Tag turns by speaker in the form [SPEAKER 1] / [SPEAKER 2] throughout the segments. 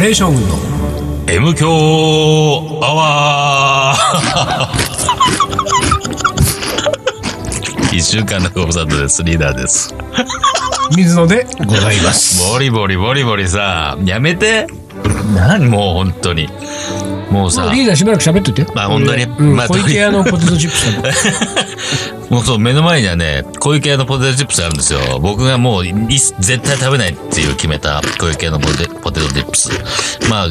[SPEAKER 1] ネーションの
[SPEAKER 2] M 強アワー 一週間のご無沙汰です。リーダーです。
[SPEAKER 1] 水野でございます。
[SPEAKER 2] ボリボリボリボリさ、やめて。何もう本当に。もうさ、
[SPEAKER 1] リーダーしばらく喋っといて。
[SPEAKER 2] まあ本当に
[SPEAKER 1] うん
[SPEAKER 2] まあ
[SPEAKER 1] 小池屋のポテトチップス 食べて
[SPEAKER 2] もうそう目の前にはね、小池屋のポテトチップスがあるんですよ。僕がもうい絶対食べないっていう決めた小池屋のポテポテトチップス。まあ、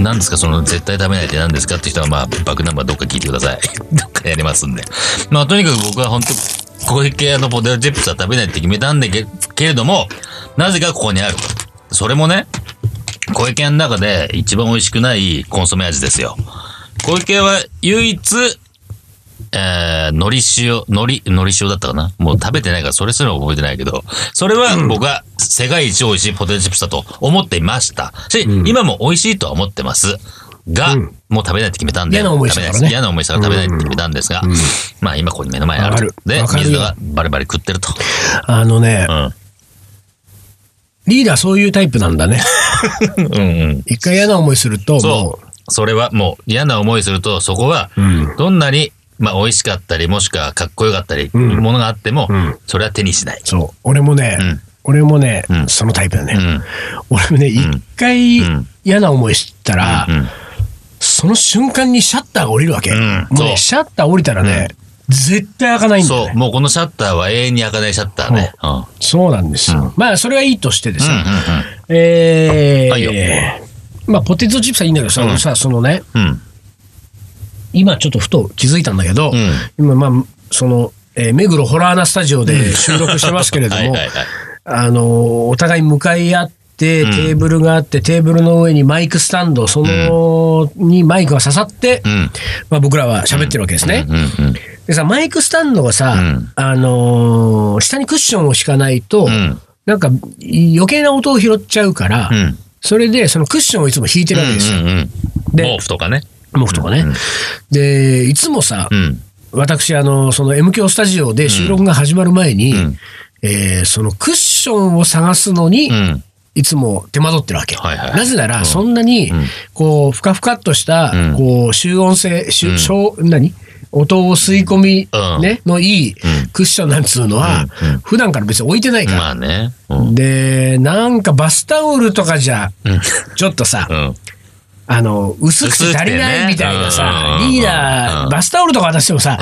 [SPEAKER 2] なんですか、その絶対食べないって何ですかって人は、まあ、バックナンバーどっか聞いてください。 どっかやりますんで。まあ、とにかく僕は本当小池屋のポテトチップスは食べないって決めたんだけけれども、なぜかここにある。それもね、小池屋の中で一番美味しくないコンソメ味ですよ。小池屋は唯一、えー、海苔塩、海苔、海苔塩だったかなもう食べてないから、それすら覚えてないけど、それは僕は世界一美味しいポテトチップスだと思っていました。し、今も美味しいとは思ってます。が、もう食べないって決めたんで。
[SPEAKER 1] 嫌な思いしたからね
[SPEAKER 2] 食べないです嫌な思いしたから食べないって決めたんですが、まあ今ここに目の前にあ
[SPEAKER 1] わか
[SPEAKER 2] る
[SPEAKER 1] る
[SPEAKER 2] と。で
[SPEAKER 1] わ、かるよ
[SPEAKER 2] 水野がバリバリ食ってると。
[SPEAKER 1] あのね
[SPEAKER 2] う、 ん。
[SPEAKER 1] リーダーそういうタイプなん だね。
[SPEAKER 2] うんうん。
[SPEAKER 1] 一回嫌な思いすると、も
[SPEAKER 2] そう。それはもう嫌な思いすると、そこは、どんなに、まあ、美味しかったり、もしくはかっこよかったり、ものがあっても、それは手にしない。
[SPEAKER 1] う、そう。俺もね
[SPEAKER 2] うん、
[SPEAKER 1] 俺もね
[SPEAKER 2] う、ん
[SPEAKER 1] そのタイプだ
[SPEAKER 2] う
[SPEAKER 1] ね。
[SPEAKER 2] ん。
[SPEAKER 1] 俺もね、一回
[SPEAKER 2] うん
[SPEAKER 1] 嫌な思いしたら
[SPEAKER 2] う、ん。
[SPEAKER 1] その瞬間にシャッターが降りるわけ。
[SPEAKER 2] うん
[SPEAKER 1] もう
[SPEAKER 2] そう
[SPEAKER 1] ね、シャッター降りたらね、絶対開かないんだよ
[SPEAKER 2] そ
[SPEAKER 1] ね
[SPEAKER 2] う。。もうこのシャッターは永遠に開かないシャッターね。うん。うんうん
[SPEAKER 1] そうなんですよ。まあ、それはいいとしてですね。
[SPEAKER 2] ん
[SPEAKER 1] え
[SPEAKER 2] はいよ
[SPEAKER 1] ー、まあ、ポテトチップスはいいんだけどさ、
[SPEAKER 2] うん
[SPEAKER 1] 俺さ、そのね、
[SPEAKER 2] うん。うん。
[SPEAKER 1] 今ちょっとふと気づいたんだけど、
[SPEAKER 2] うん
[SPEAKER 1] 今、まあ、その、えー目黒ホラーアナスタジオで収録してますけれど
[SPEAKER 2] はい
[SPEAKER 1] も
[SPEAKER 2] はいはい、
[SPEAKER 1] あの、お互い向かい合って、テーブルがあって、テーブルの上にマイクスタンド、その、にマイクが刺さって、
[SPEAKER 2] うん。
[SPEAKER 1] まあ僕らは喋ってるわけですね。
[SPEAKER 2] うんうん。
[SPEAKER 1] でさ、マイクスタンドがさ、
[SPEAKER 2] うん
[SPEAKER 1] あのー下にクッションを敷かないと、
[SPEAKER 2] ん
[SPEAKER 1] なんか余計な音を拾っちゃうから、
[SPEAKER 2] うん。
[SPEAKER 1] それでそのクッションをいつも引いてるわけですよ。
[SPEAKER 2] うんうんうん。
[SPEAKER 1] で
[SPEAKER 2] 毛布とかね。
[SPEAKER 1] 毛布とかね。で、いつもさ、
[SPEAKER 2] うん。
[SPEAKER 1] 私、あの、その M 響スタジオで収録が始まる前に、
[SPEAKER 2] うん
[SPEAKER 1] えーそのクッションを探すのに、
[SPEAKER 2] うん。
[SPEAKER 1] いつも手間取ってるわけ。
[SPEAKER 2] はいはい
[SPEAKER 1] なぜなら、そんなに、こう、ふかふかっとした、
[SPEAKER 2] うん
[SPEAKER 1] こう、集音性、集、小、何音を吸い込み、
[SPEAKER 2] うん
[SPEAKER 1] ね、のいい
[SPEAKER 2] うん
[SPEAKER 1] クッションなんつうのは、
[SPEAKER 2] うんうん
[SPEAKER 1] 普段から別に置いてないから。
[SPEAKER 2] まあね。うん。
[SPEAKER 1] で、なんかバスタオルとかじゃ、
[SPEAKER 2] うん。
[SPEAKER 1] ちょっとさ、
[SPEAKER 2] うん。
[SPEAKER 1] あの、薄くて足りないみたいなさ、
[SPEAKER 2] 薄くてねうん
[SPEAKER 1] リーダ
[SPEAKER 2] う
[SPEAKER 1] ー、
[SPEAKER 2] ん
[SPEAKER 1] バスタオルとか渡してもさ、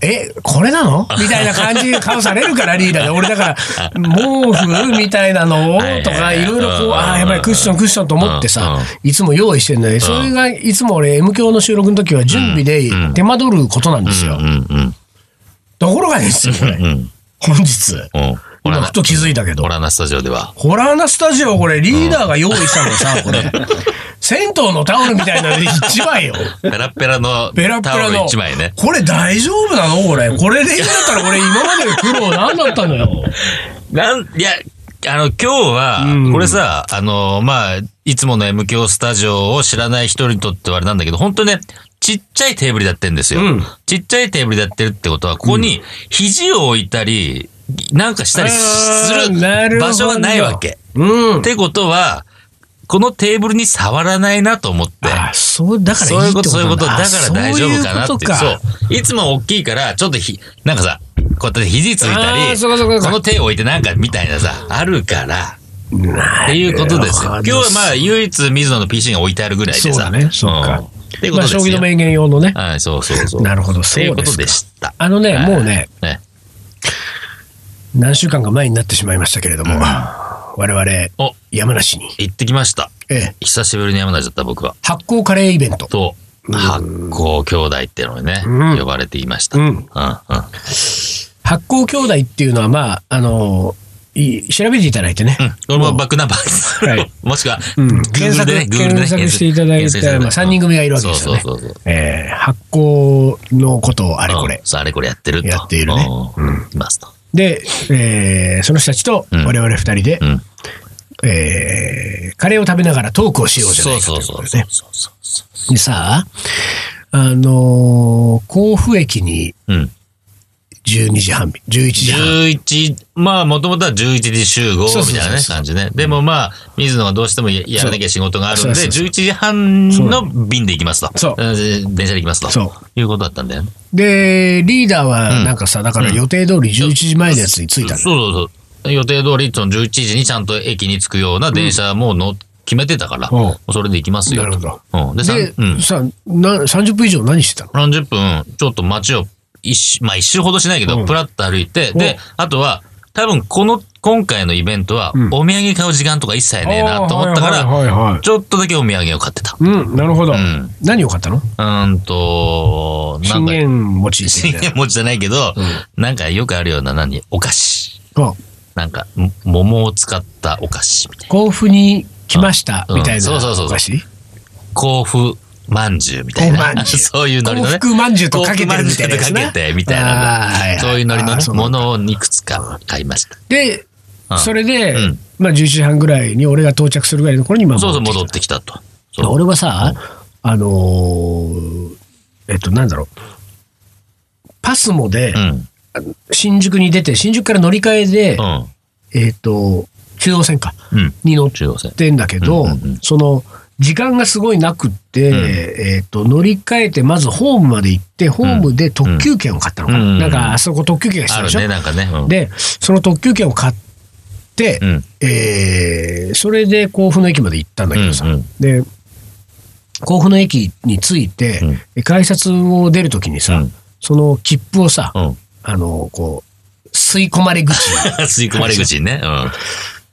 [SPEAKER 1] え、これなのみたいな感じで顔されるから、リーダーで。俺だ から、毛布みたいなのを
[SPEAKER 2] はいはい
[SPEAKER 1] とか、
[SPEAKER 2] はい
[SPEAKER 1] いろいろこ
[SPEAKER 2] う
[SPEAKER 1] う、
[SPEAKER 2] ん
[SPEAKER 1] ああ、やばい、クッション、クッションと思ってさ、いつも用意してんだよ。それが、いつも俺、M 教の収録の時は準備で手間取ることなんです
[SPEAKER 2] う
[SPEAKER 1] よ。
[SPEAKER 2] ん。うん。
[SPEAKER 1] ところがですよ、これ
[SPEAKER 2] うん。うん。
[SPEAKER 1] 本日。
[SPEAKER 2] うん。ほ
[SPEAKER 1] 今、
[SPEAKER 2] ら
[SPEAKER 1] ふと気づいたけど
[SPEAKER 2] ほ。らなスタジオでは。
[SPEAKER 1] ホラーなスタジオ、これ、リーダーが用意したのさ、これ。銭湯のタオルみたいなの一枚よ。
[SPEAKER 2] ペラッペラの
[SPEAKER 1] ペラッペ
[SPEAKER 2] タオ
[SPEAKER 1] ラ
[SPEAKER 2] ル
[SPEAKER 1] の。
[SPEAKER 2] 一枚ね。
[SPEAKER 1] これ大丈夫なのこれ。これでいいんだったらこれ今までの苦労何だったのよ。
[SPEAKER 2] なん、いや、あの、今日
[SPEAKER 1] う
[SPEAKER 2] は
[SPEAKER 1] ん、
[SPEAKER 2] これさ、あの、まあ、いつもの M 響スタジオを知らない人にとってはあれなんだけど、本当ね、ちっちゃいテーブルでやってるんですよ。
[SPEAKER 1] うん
[SPEAKER 2] ちっちゃいテーブルでやってるってことは、ここに肘を置いたり、なんかしたりす
[SPEAKER 1] あーなる
[SPEAKER 2] る
[SPEAKER 1] ほど
[SPEAKER 2] 場所がないわけ。
[SPEAKER 1] うん
[SPEAKER 2] っ。てことは、このテーブルに触らないなと思って。
[SPEAKER 1] あ、そう、だからいいっ
[SPEAKER 2] そういう
[SPEAKER 1] て
[SPEAKER 2] こ
[SPEAKER 1] こと
[SPEAKER 2] と、そういうこと。だから大丈夫かなって。
[SPEAKER 1] あそういうことか。
[SPEAKER 2] そう。いつも大きいから、ちょっとひ、なんかさ、こうやって肘ついた
[SPEAKER 1] あー
[SPEAKER 2] り、
[SPEAKER 1] そうかそうかそうか
[SPEAKER 2] この手を置いてなんかみたいなさ、あるから、っ
[SPEAKER 1] って
[SPEAKER 2] いうことですよ。今日はまあ、
[SPEAKER 1] あ、
[SPEAKER 2] 唯一水野の PC が置いてあるぐらいでさ。
[SPEAKER 1] そうだねそうか
[SPEAKER 2] んっていうこ
[SPEAKER 1] まあ、
[SPEAKER 2] とです
[SPEAKER 1] 将
[SPEAKER 2] よ。
[SPEAKER 1] 棋の名言用のね。
[SPEAKER 2] はい、そうそうそう。
[SPEAKER 1] なるほど、
[SPEAKER 2] って
[SPEAKER 1] そ
[SPEAKER 2] いううこ
[SPEAKER 1] で
[SPEAKER 2] と
[SPEAKER 1] す
[SPEAKER 2] で
[SPEAKER 1] か。
[SPEAKER 2] した。
[SPEAKER 1] あのね、
[SPEAKER 2] はい
[SPEAKER 1] もうね、
[SPEAKER 2] ね。
[SPEAKER 1] 何週間か前になってしまいましたけれども、我々、
[SPEAKER 2] お、
[SPEAKER 1] 山梨に、
[SPEAKER 2] 行ってきました。
[SPEAKER 1] ええ、
[SPEAKER 2] 久しぶりに山梨だった僕は。
[SPEAKER 1] 発酵カレーイベント。
[SPEAKER 2] と、発酵兄弟ってのにね、
[SPEAKER 1] うん
[SPEAKER 2] 呼ばれていました。
[SPEAKER 1] うん
[SPEAKER 2] うん、うん。
[SPEAKER 1] 発酵兄弟っていうのは、まあ、あの、い調べていただいてね
[SPEAKER 2] う。ん、これもバックナンバーです。
[SPEAKER 1] はい
[SPEAKER 2] もしくは、
[SPEAKER 1] うん
[SPEAKER 2] Google
[SPEAKER 1] 検索
[SPEAKER 2] でね、Google でね
[SPEAKER 1] 検索していただい
[SPEAKER 2] 検索して
[SPEAKER 1] た、まあ、3人組がいるわけですよね。
[SPEAKER 2] そうそうそうそう。
[SPEAKER 1] えー発行のことをあれこ
[SPEAKER 2] うん
[SPEAKER 1] れ。
[SPEAKER 2] そうあれこれやってると。
[SPEAKER 1] やっているね
[SPEAKER 2] うん。いますと。
[SPEAKER 1] で、えーその人たちと
[SPEAKER 2] うん
[SPEAKER 1] 我々二人で、
[SPEAKER 2] うん。
[SPEAKER 1] えーカレーを食べながらトークをしようじゃない
[SPEAKER 2] そ
[SPEAKER 1] うか
[SPEAKER 2] そ
[SPEAKER 1] と
[SPEAKER 2] う
[SPEAKER 1] いうこ
[SPEAKER 2] そ
[SPEAKER 1] と
[SPEAKER 2] う
[SPEAKER 1] です
[SPEAKER 2] そう
[SPEAKER 1] ね。
[SPEAKER 2] そうそう。
[SPEAKER 1] でさあ、あのー甲府駅に
[SPEAKER 2] うん。
[SPEAKER 1] 12時半、11時半。
[SPEAKER 2] 11、まあ、もともとは11時集合みたいなね、感じね。でもまあ、水野がどうしてもややらなきゃ仕事があるんで、
[SPEAKER 1] そうそうそう
[SPEAKER 2] 11時半の便で行きますと。
[SPEAKER 1] そう
[SPEAKER 2] えー電車で行きますと。
[SPEAKER 1] そ
[SPEAKER 2] いうことだったんだよね。
[SPEAKER 1] で、リーダーはなんかさ、だから予定通り11時前のやつに着いたの
[SPEAKER 2] そうそうそう。予定通り、その11時にちゃんと駅に着くような電車もの、決めてたから、
[SPEAKER 1] うん
[SPEAKER 2] もうそれで行きますよと。
[SPEAKER 1] なるほ
[SPEAKER 2] うん、で、さん
[SPEAKER 1] で、
[SPEAKER 2] うん、
[SPEAKER 1] さな、30分以上何してたの
[SPEAKER 2] 30分、ちょっと街を一周、まあ一周ほどしないけど、
[SPEAKER 1] うん
[SPEAKER 2] プラッと歩いて、
[SPEAKER 1] うん
[SPEAKER 2] で、あとは、多分この、今回のイベントは、
[SPEAKER 1] うん
[SPEAKER 2] お土産買う時間とか一切ねえなと思ったから、
[SPEAKER 1] あーはいはいはいはい
[SPEAKER 2] ちょっとだけお土産を買ってた。
[SPEAKER 1] うん、なるほど
[SPEAKER 2] ん。
[SPEAKER 1] 何を買ったの
[SPEAKER 2] うーんと、なん
[SPEAKER 1] 信
[SPEAKER 2] か、
[SPEAKER 1] 玄餅です
[SPEAKER 2] 信
[SPEAKER 1] ね。
[SPEAKER 2] 玄餅じゃないけど、なんかよくあるような、何、お菓子。
[SPEAKER 1] あ
[SPEAKER 2] なんか、も桃を使ったお菓子みたいな。
[SPEAKER 1] 甲府に来ました、
[SPEAKER 2] うん
[SPEAKER 1] みたいな
[SPEAKER 2] そうそうそうそう
[SPEAKER 1] お菓子
[SPEAKER 2] 甲府まんじゅうみたい
[SPEAKER 1] 甲府饅
[SPEAKER 2] な。
[SPEAKER 1] 頭
[SPEAKER 2] そういうノリのね。
[SPEAKER 1] 幸福まんじゅうとかけてるみたいなやつ
[SPEAKER 2] 幸福饅頭と
[SPEAKER 1] ね
[SPEAKER 2] かけてみたいな
[SPEAKER 1] あーはいはい
[SPEAKER 2] そういうノリの
[SPEAKER 1] あー
[SPEAKER 2] ね
[SPEAKER 1] そうなん
[SPEAKER 2] ものをいくつか買いました。
[SPEAKER 1] で
[SPEAKER 2] うん、
[SPEAKER 1] それで
[SPEAKER 2] うん、
[SPEAKER 1] まあ11時半ぐらいに俺が到着するぐらいの頃に今
[SPEAKER 2] そうそう、
[SPEAKER 1] 戻ってき
[SPEAKER 2] 戻ったてきたと。
[SPEAKER 1] で
[SPEAKER 2] そう
[SPEAKER 1] 俺はさ、あのーえっと、なんだろう。パスモで
[SPEAKER 2] う、ん。
[SPEAKER 1] 新宿に出て、新宿から乗り換えで
[SPEAKER 2] う、ん。
[SPEAKER 1] えっと、中央線か、
[SPEAKER 2] うん。
[SPEAKER 1] に乗っ
[SPEAKER 2] 中央線。
[SPEAKER 1] てんだけど、
[SPEAKER 2] うんうんうん
[SPEAKER 1] その、時間がすごいなくって、
[SPEAKER 2] ん
[SPEAKER 1] えっと、乗り換えて、まずホームまで行って、ホームで特急券を買ったのかな。
[SPEAKER 2] うんうん
[SPEAKER 1] なんか、あそこ特急券がして
[SPEAKER 2] あ
[SPEAKER 1] るで
[SPEAKER 2] る
[SPEAKER 1] しょ、
[SPEAKER 2] ね、なんかね。うん、
[SPEAKER 1] で、その特急券を買って、
[SPEAKER 2] うん。
[SPEAKER 1] えーそれで甲府の駅まで行ったんだけどさ、
[SPEAKER 2] うんうん
[SPEAKER 1] で甲府の駅に着いて、
[SPEAKER 2] うん
[SPEAKER 1] 改札を出るときにさ、
[SPEAKER 2] うん
[SPEAKER 1] その切符をさ、
[SPEAKER 2] うん。
[SPEAKER 1] あのこう吸い込まれ 口
[SPEAKER 2] 吸い込まれ口にね。うん。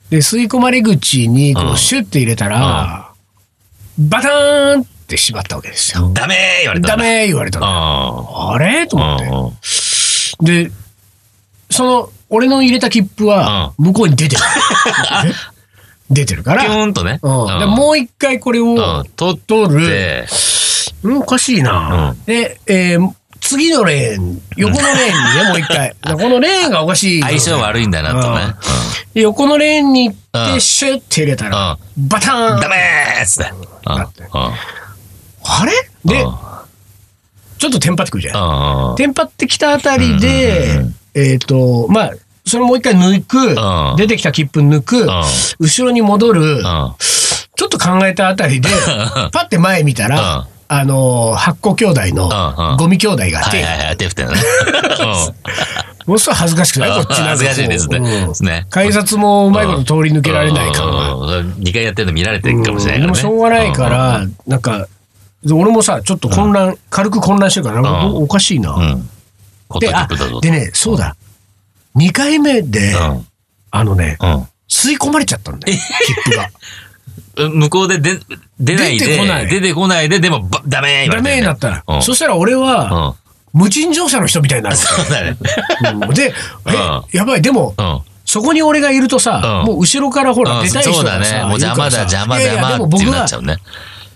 [SPEAKER 1] で吸い込まれ口にこ
[SPEAKER 2] うん
[SPEAKER 1] うシュッて入れたら、バターンってしまったわけですよ。
[SPEAKER 2] ダメー言われた
[SPEAKER 1] ダ
[SPEAKER 2] んだ。
[SPEAKER 1] メー言われたの。
[SPEAKER 2] あ
[SPEAKER 1] あれと思
[SPEAKER 2] あ。
[SPEAKER 1] っ
[SPEAKER 2] う
[SPEAKER 1] て。
[SPEAKER 2] んうん。
[SPEAKER 1] で、その、俺の入れた切符は、向こうに出て る。え出てるから。
[SPEAKER 2] キューンとね。
[SPEAKER 1] うん、でもう一回これを
[SPEAKER 2] うん取って
[SPEAKER 1] 取る。
[SPEAKER 2] で、
[SPEAKER 1] うん、おかしいな。
[SPEAKER 2] うん
[SPEAKER 1] で、えー次のレーン、横のレーンに ね、もう一回。だからこのレーンがおかしい。
[SPEAKER 2] 相性悪いんだなと
[SPEAKER 1] う
[SPEAKER 2] ね
[SPEAKER 1] ん。で横のレーンに行っ
[SPEAKER 2] う
[SPEAKER 1] て、
[SPEAKER 2] ん
[SPEAKER 1] シュッて入れたら、バタ
[SPEAKER 2] う
[SPEAKER 1] ー
[SPEAKER 2] ん
[SPEAKER 1] ン
[SPEAKER 2] ダメーっつって。うん
[SPEAKER 1] だってあれ
[SPEAKER 2] うん
[SPEAKER 1] で
[SPEAKER 2] うん、
[SPEAKER 1] ちょっとテンパってくるじゃん。
[SPEAKER 2] うん
[SPEAKER 1] テンパってきたあたりで、
[SPEAKER 2] うんうんう
[SPEAKER 1] えっ、と、まあ、それもう一回抜く、
[SPEAKER 2] ん
[SPEAKER 1] 出てきた切符抜く、
[SPEAKER 2] ん
[SPEAKER 1] 後ろに戻る、
[SPEAKER 2] うん
[SPEAKER 1] ちょっと考えたあたりで、パッて前見たら、
[SPEAKER 2] うん
[SPEAKER 1] あのー、発酵兄弟
[SPEAKER 2] うんう
[SPEAKER 1] の
[SPEAKER 2] ん
[SPEAKER 1] ゴミ兄弟があっ
[SPEAKER 2] は
[SPEAKER 1] て、
[SPEAKER 2] いはいはい、手振ってんだね。
[SPEAKER 1] ものすごい恥ずかしくないこっちなんかこう
[SPEAKER 2] 恥ずかしいですねですね
[SPEAKER 1] 改札もうまいこと通り抜けられない感が。
[SPEAKER 2] ら。2回やってるの見られて
[SPEAKER 1] う
[SPEAKER 2] る
[SPEAKER 1] ん
[SPEAKER 2] かもしれない
[SPEAKER 1] で
[SPEAKER 2] から
[SPEAKER 1] も
[SPEAKER 2] ね。
[SPEAKER 1] しょうがないから、なんか、俺もさ、ちょっと混乱、軽く混乱してるから、なんか
[SPEAKER 2] うん
[SPEAKER 1] おかしいな。
[SPEAKER 2] うん。うん。ホットキ
[SPEAKER 1] で、
[SPEAKER 2] ャッ
[SPEAKER 1] あ
[SPEAKER 2] プだぞ。、
[SPEAKER 1] でね、そうだ。2回目で、あのね、吸い込まれちゃったんだよ、切符が。
[SPEAKER 2] うん。うん。向こうで出、出ないで、
[SPEAKER 1] 出てこない
[SPEAKER 2] 出てこないで、でも、ばダメー言
[SPEAKER 1] ダ
[SPEAKER 2] われて
[SPEAKER 1] メ
[SPEAKER 2] ん
[SPEAKER 1] に
[SPEAKER 2] だよ
[SPEAKER 1] なった
[SPEAKER 2] う
[SPEAKER 1] ら。
[SPEAKER 2] ん
[SPEAKER 1] そしたら俺は、無賃乗車の人みたいになる。
[SPEAKER 2] うん。そうだね。
[SPEAKER 1] うんで、え、やばい、でも、
[SPEAKER 2] うん。
[SPEAKER 1] そこに俺がいるとさ、
[SPEAKER 2] うん
[SPEAKER 1] もう後ろからほら、
[SPEAKER 2] うん
[SPEAKER 1] 出たい
[SPEAKER 2] そ
[SPEAKER 1] 人
[SPEAKER 2] うだ
[SPEAKER 1] がさ、
[SPEAKER 2] ね。もう
[SPEAKER 1] いる
[SPEAKER 2] 邪
[SPEAKER 1] か
[SPEAKER 2] 魔
[SPEAKER 1] ら
[SPEAKER 2] だ、
[SPEAKER 1] さ
[SPEAKER 2] 邪魔、
[SPEAKER 1] いやいやで
[SPEAKER 2] 邪魔
[SPEAKER 1] も
[SPEAKER 2] って
[SPEAKER 1] 僕
[SPEAKER 2] いうな
[SPEAKER 1] は
[SPEAKER 2] っちゃ、うね。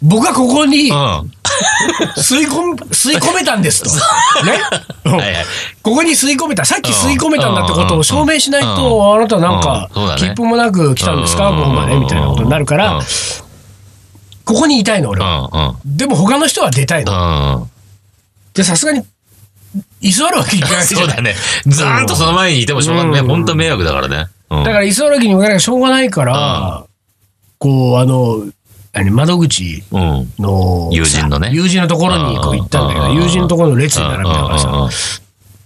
[SPEAKER 1] 僕はここに吸
[SPEAKER 2] うん。はい
[SPEAKER 1] 込む、吸い込めたん ですと。ね。
[SPEAKER 2] い
[SPEAKER 1] うん
[SPEAKER 2] はい。
[SPEAKER 1] ここに吸い込めた、さっき吸い込めたんだってことを証明しない
[SPEAKER 2] うんうん
[SPEAKER 1] と、あなたなんか
[SPEAKER 2] うんそうだ、ね
[SPEAKER 1] 切符もなく来たんですか、
[SPEAKER 2] うん
[SPEAKER 1] ここまで、みたいなことになるか
[SPEAKER 2] う
[SPEAKER 1] ら
[SPEAKER 2] ん、
[SPEAKER 1] ここにいたいの、俺
[SPEAKER 2] う
[SPEAKER 1] は。
[SPEAKER 2] ん。うん。
[SPEAKER 1] でも他の人は出たいの。
[SPEAKER 2] うん。
[SPEAKER 1] で、さすがに、居座るわけいかないじゃな
[SPEAKER 2] そう
[SPEAKER 1] い
[SPEAKER 2] だね。ずーんとその前にいてもしょうがない。
[SPEAKER 1] うん
[SPEAKER 2] 本当迷惑だからね。うん
[SPEAKER 1] だから居座るわけにもいかないからしょうがないから、こう、あの、あれ窓口
[SPEAKER 2] うん。
[SPEAKER 1] の、
[SPEAKER 2] 友人のね
[SPEAKER 1] さ友人のところにこう行ったんだけ
[SPEAKER 2] うん
[SPEAKER 1] ど、友人のところの列に並べながら
[SPEAKER 2] うんうんう
[SPEAKER 1] さ
[SPEAKER 2] ん、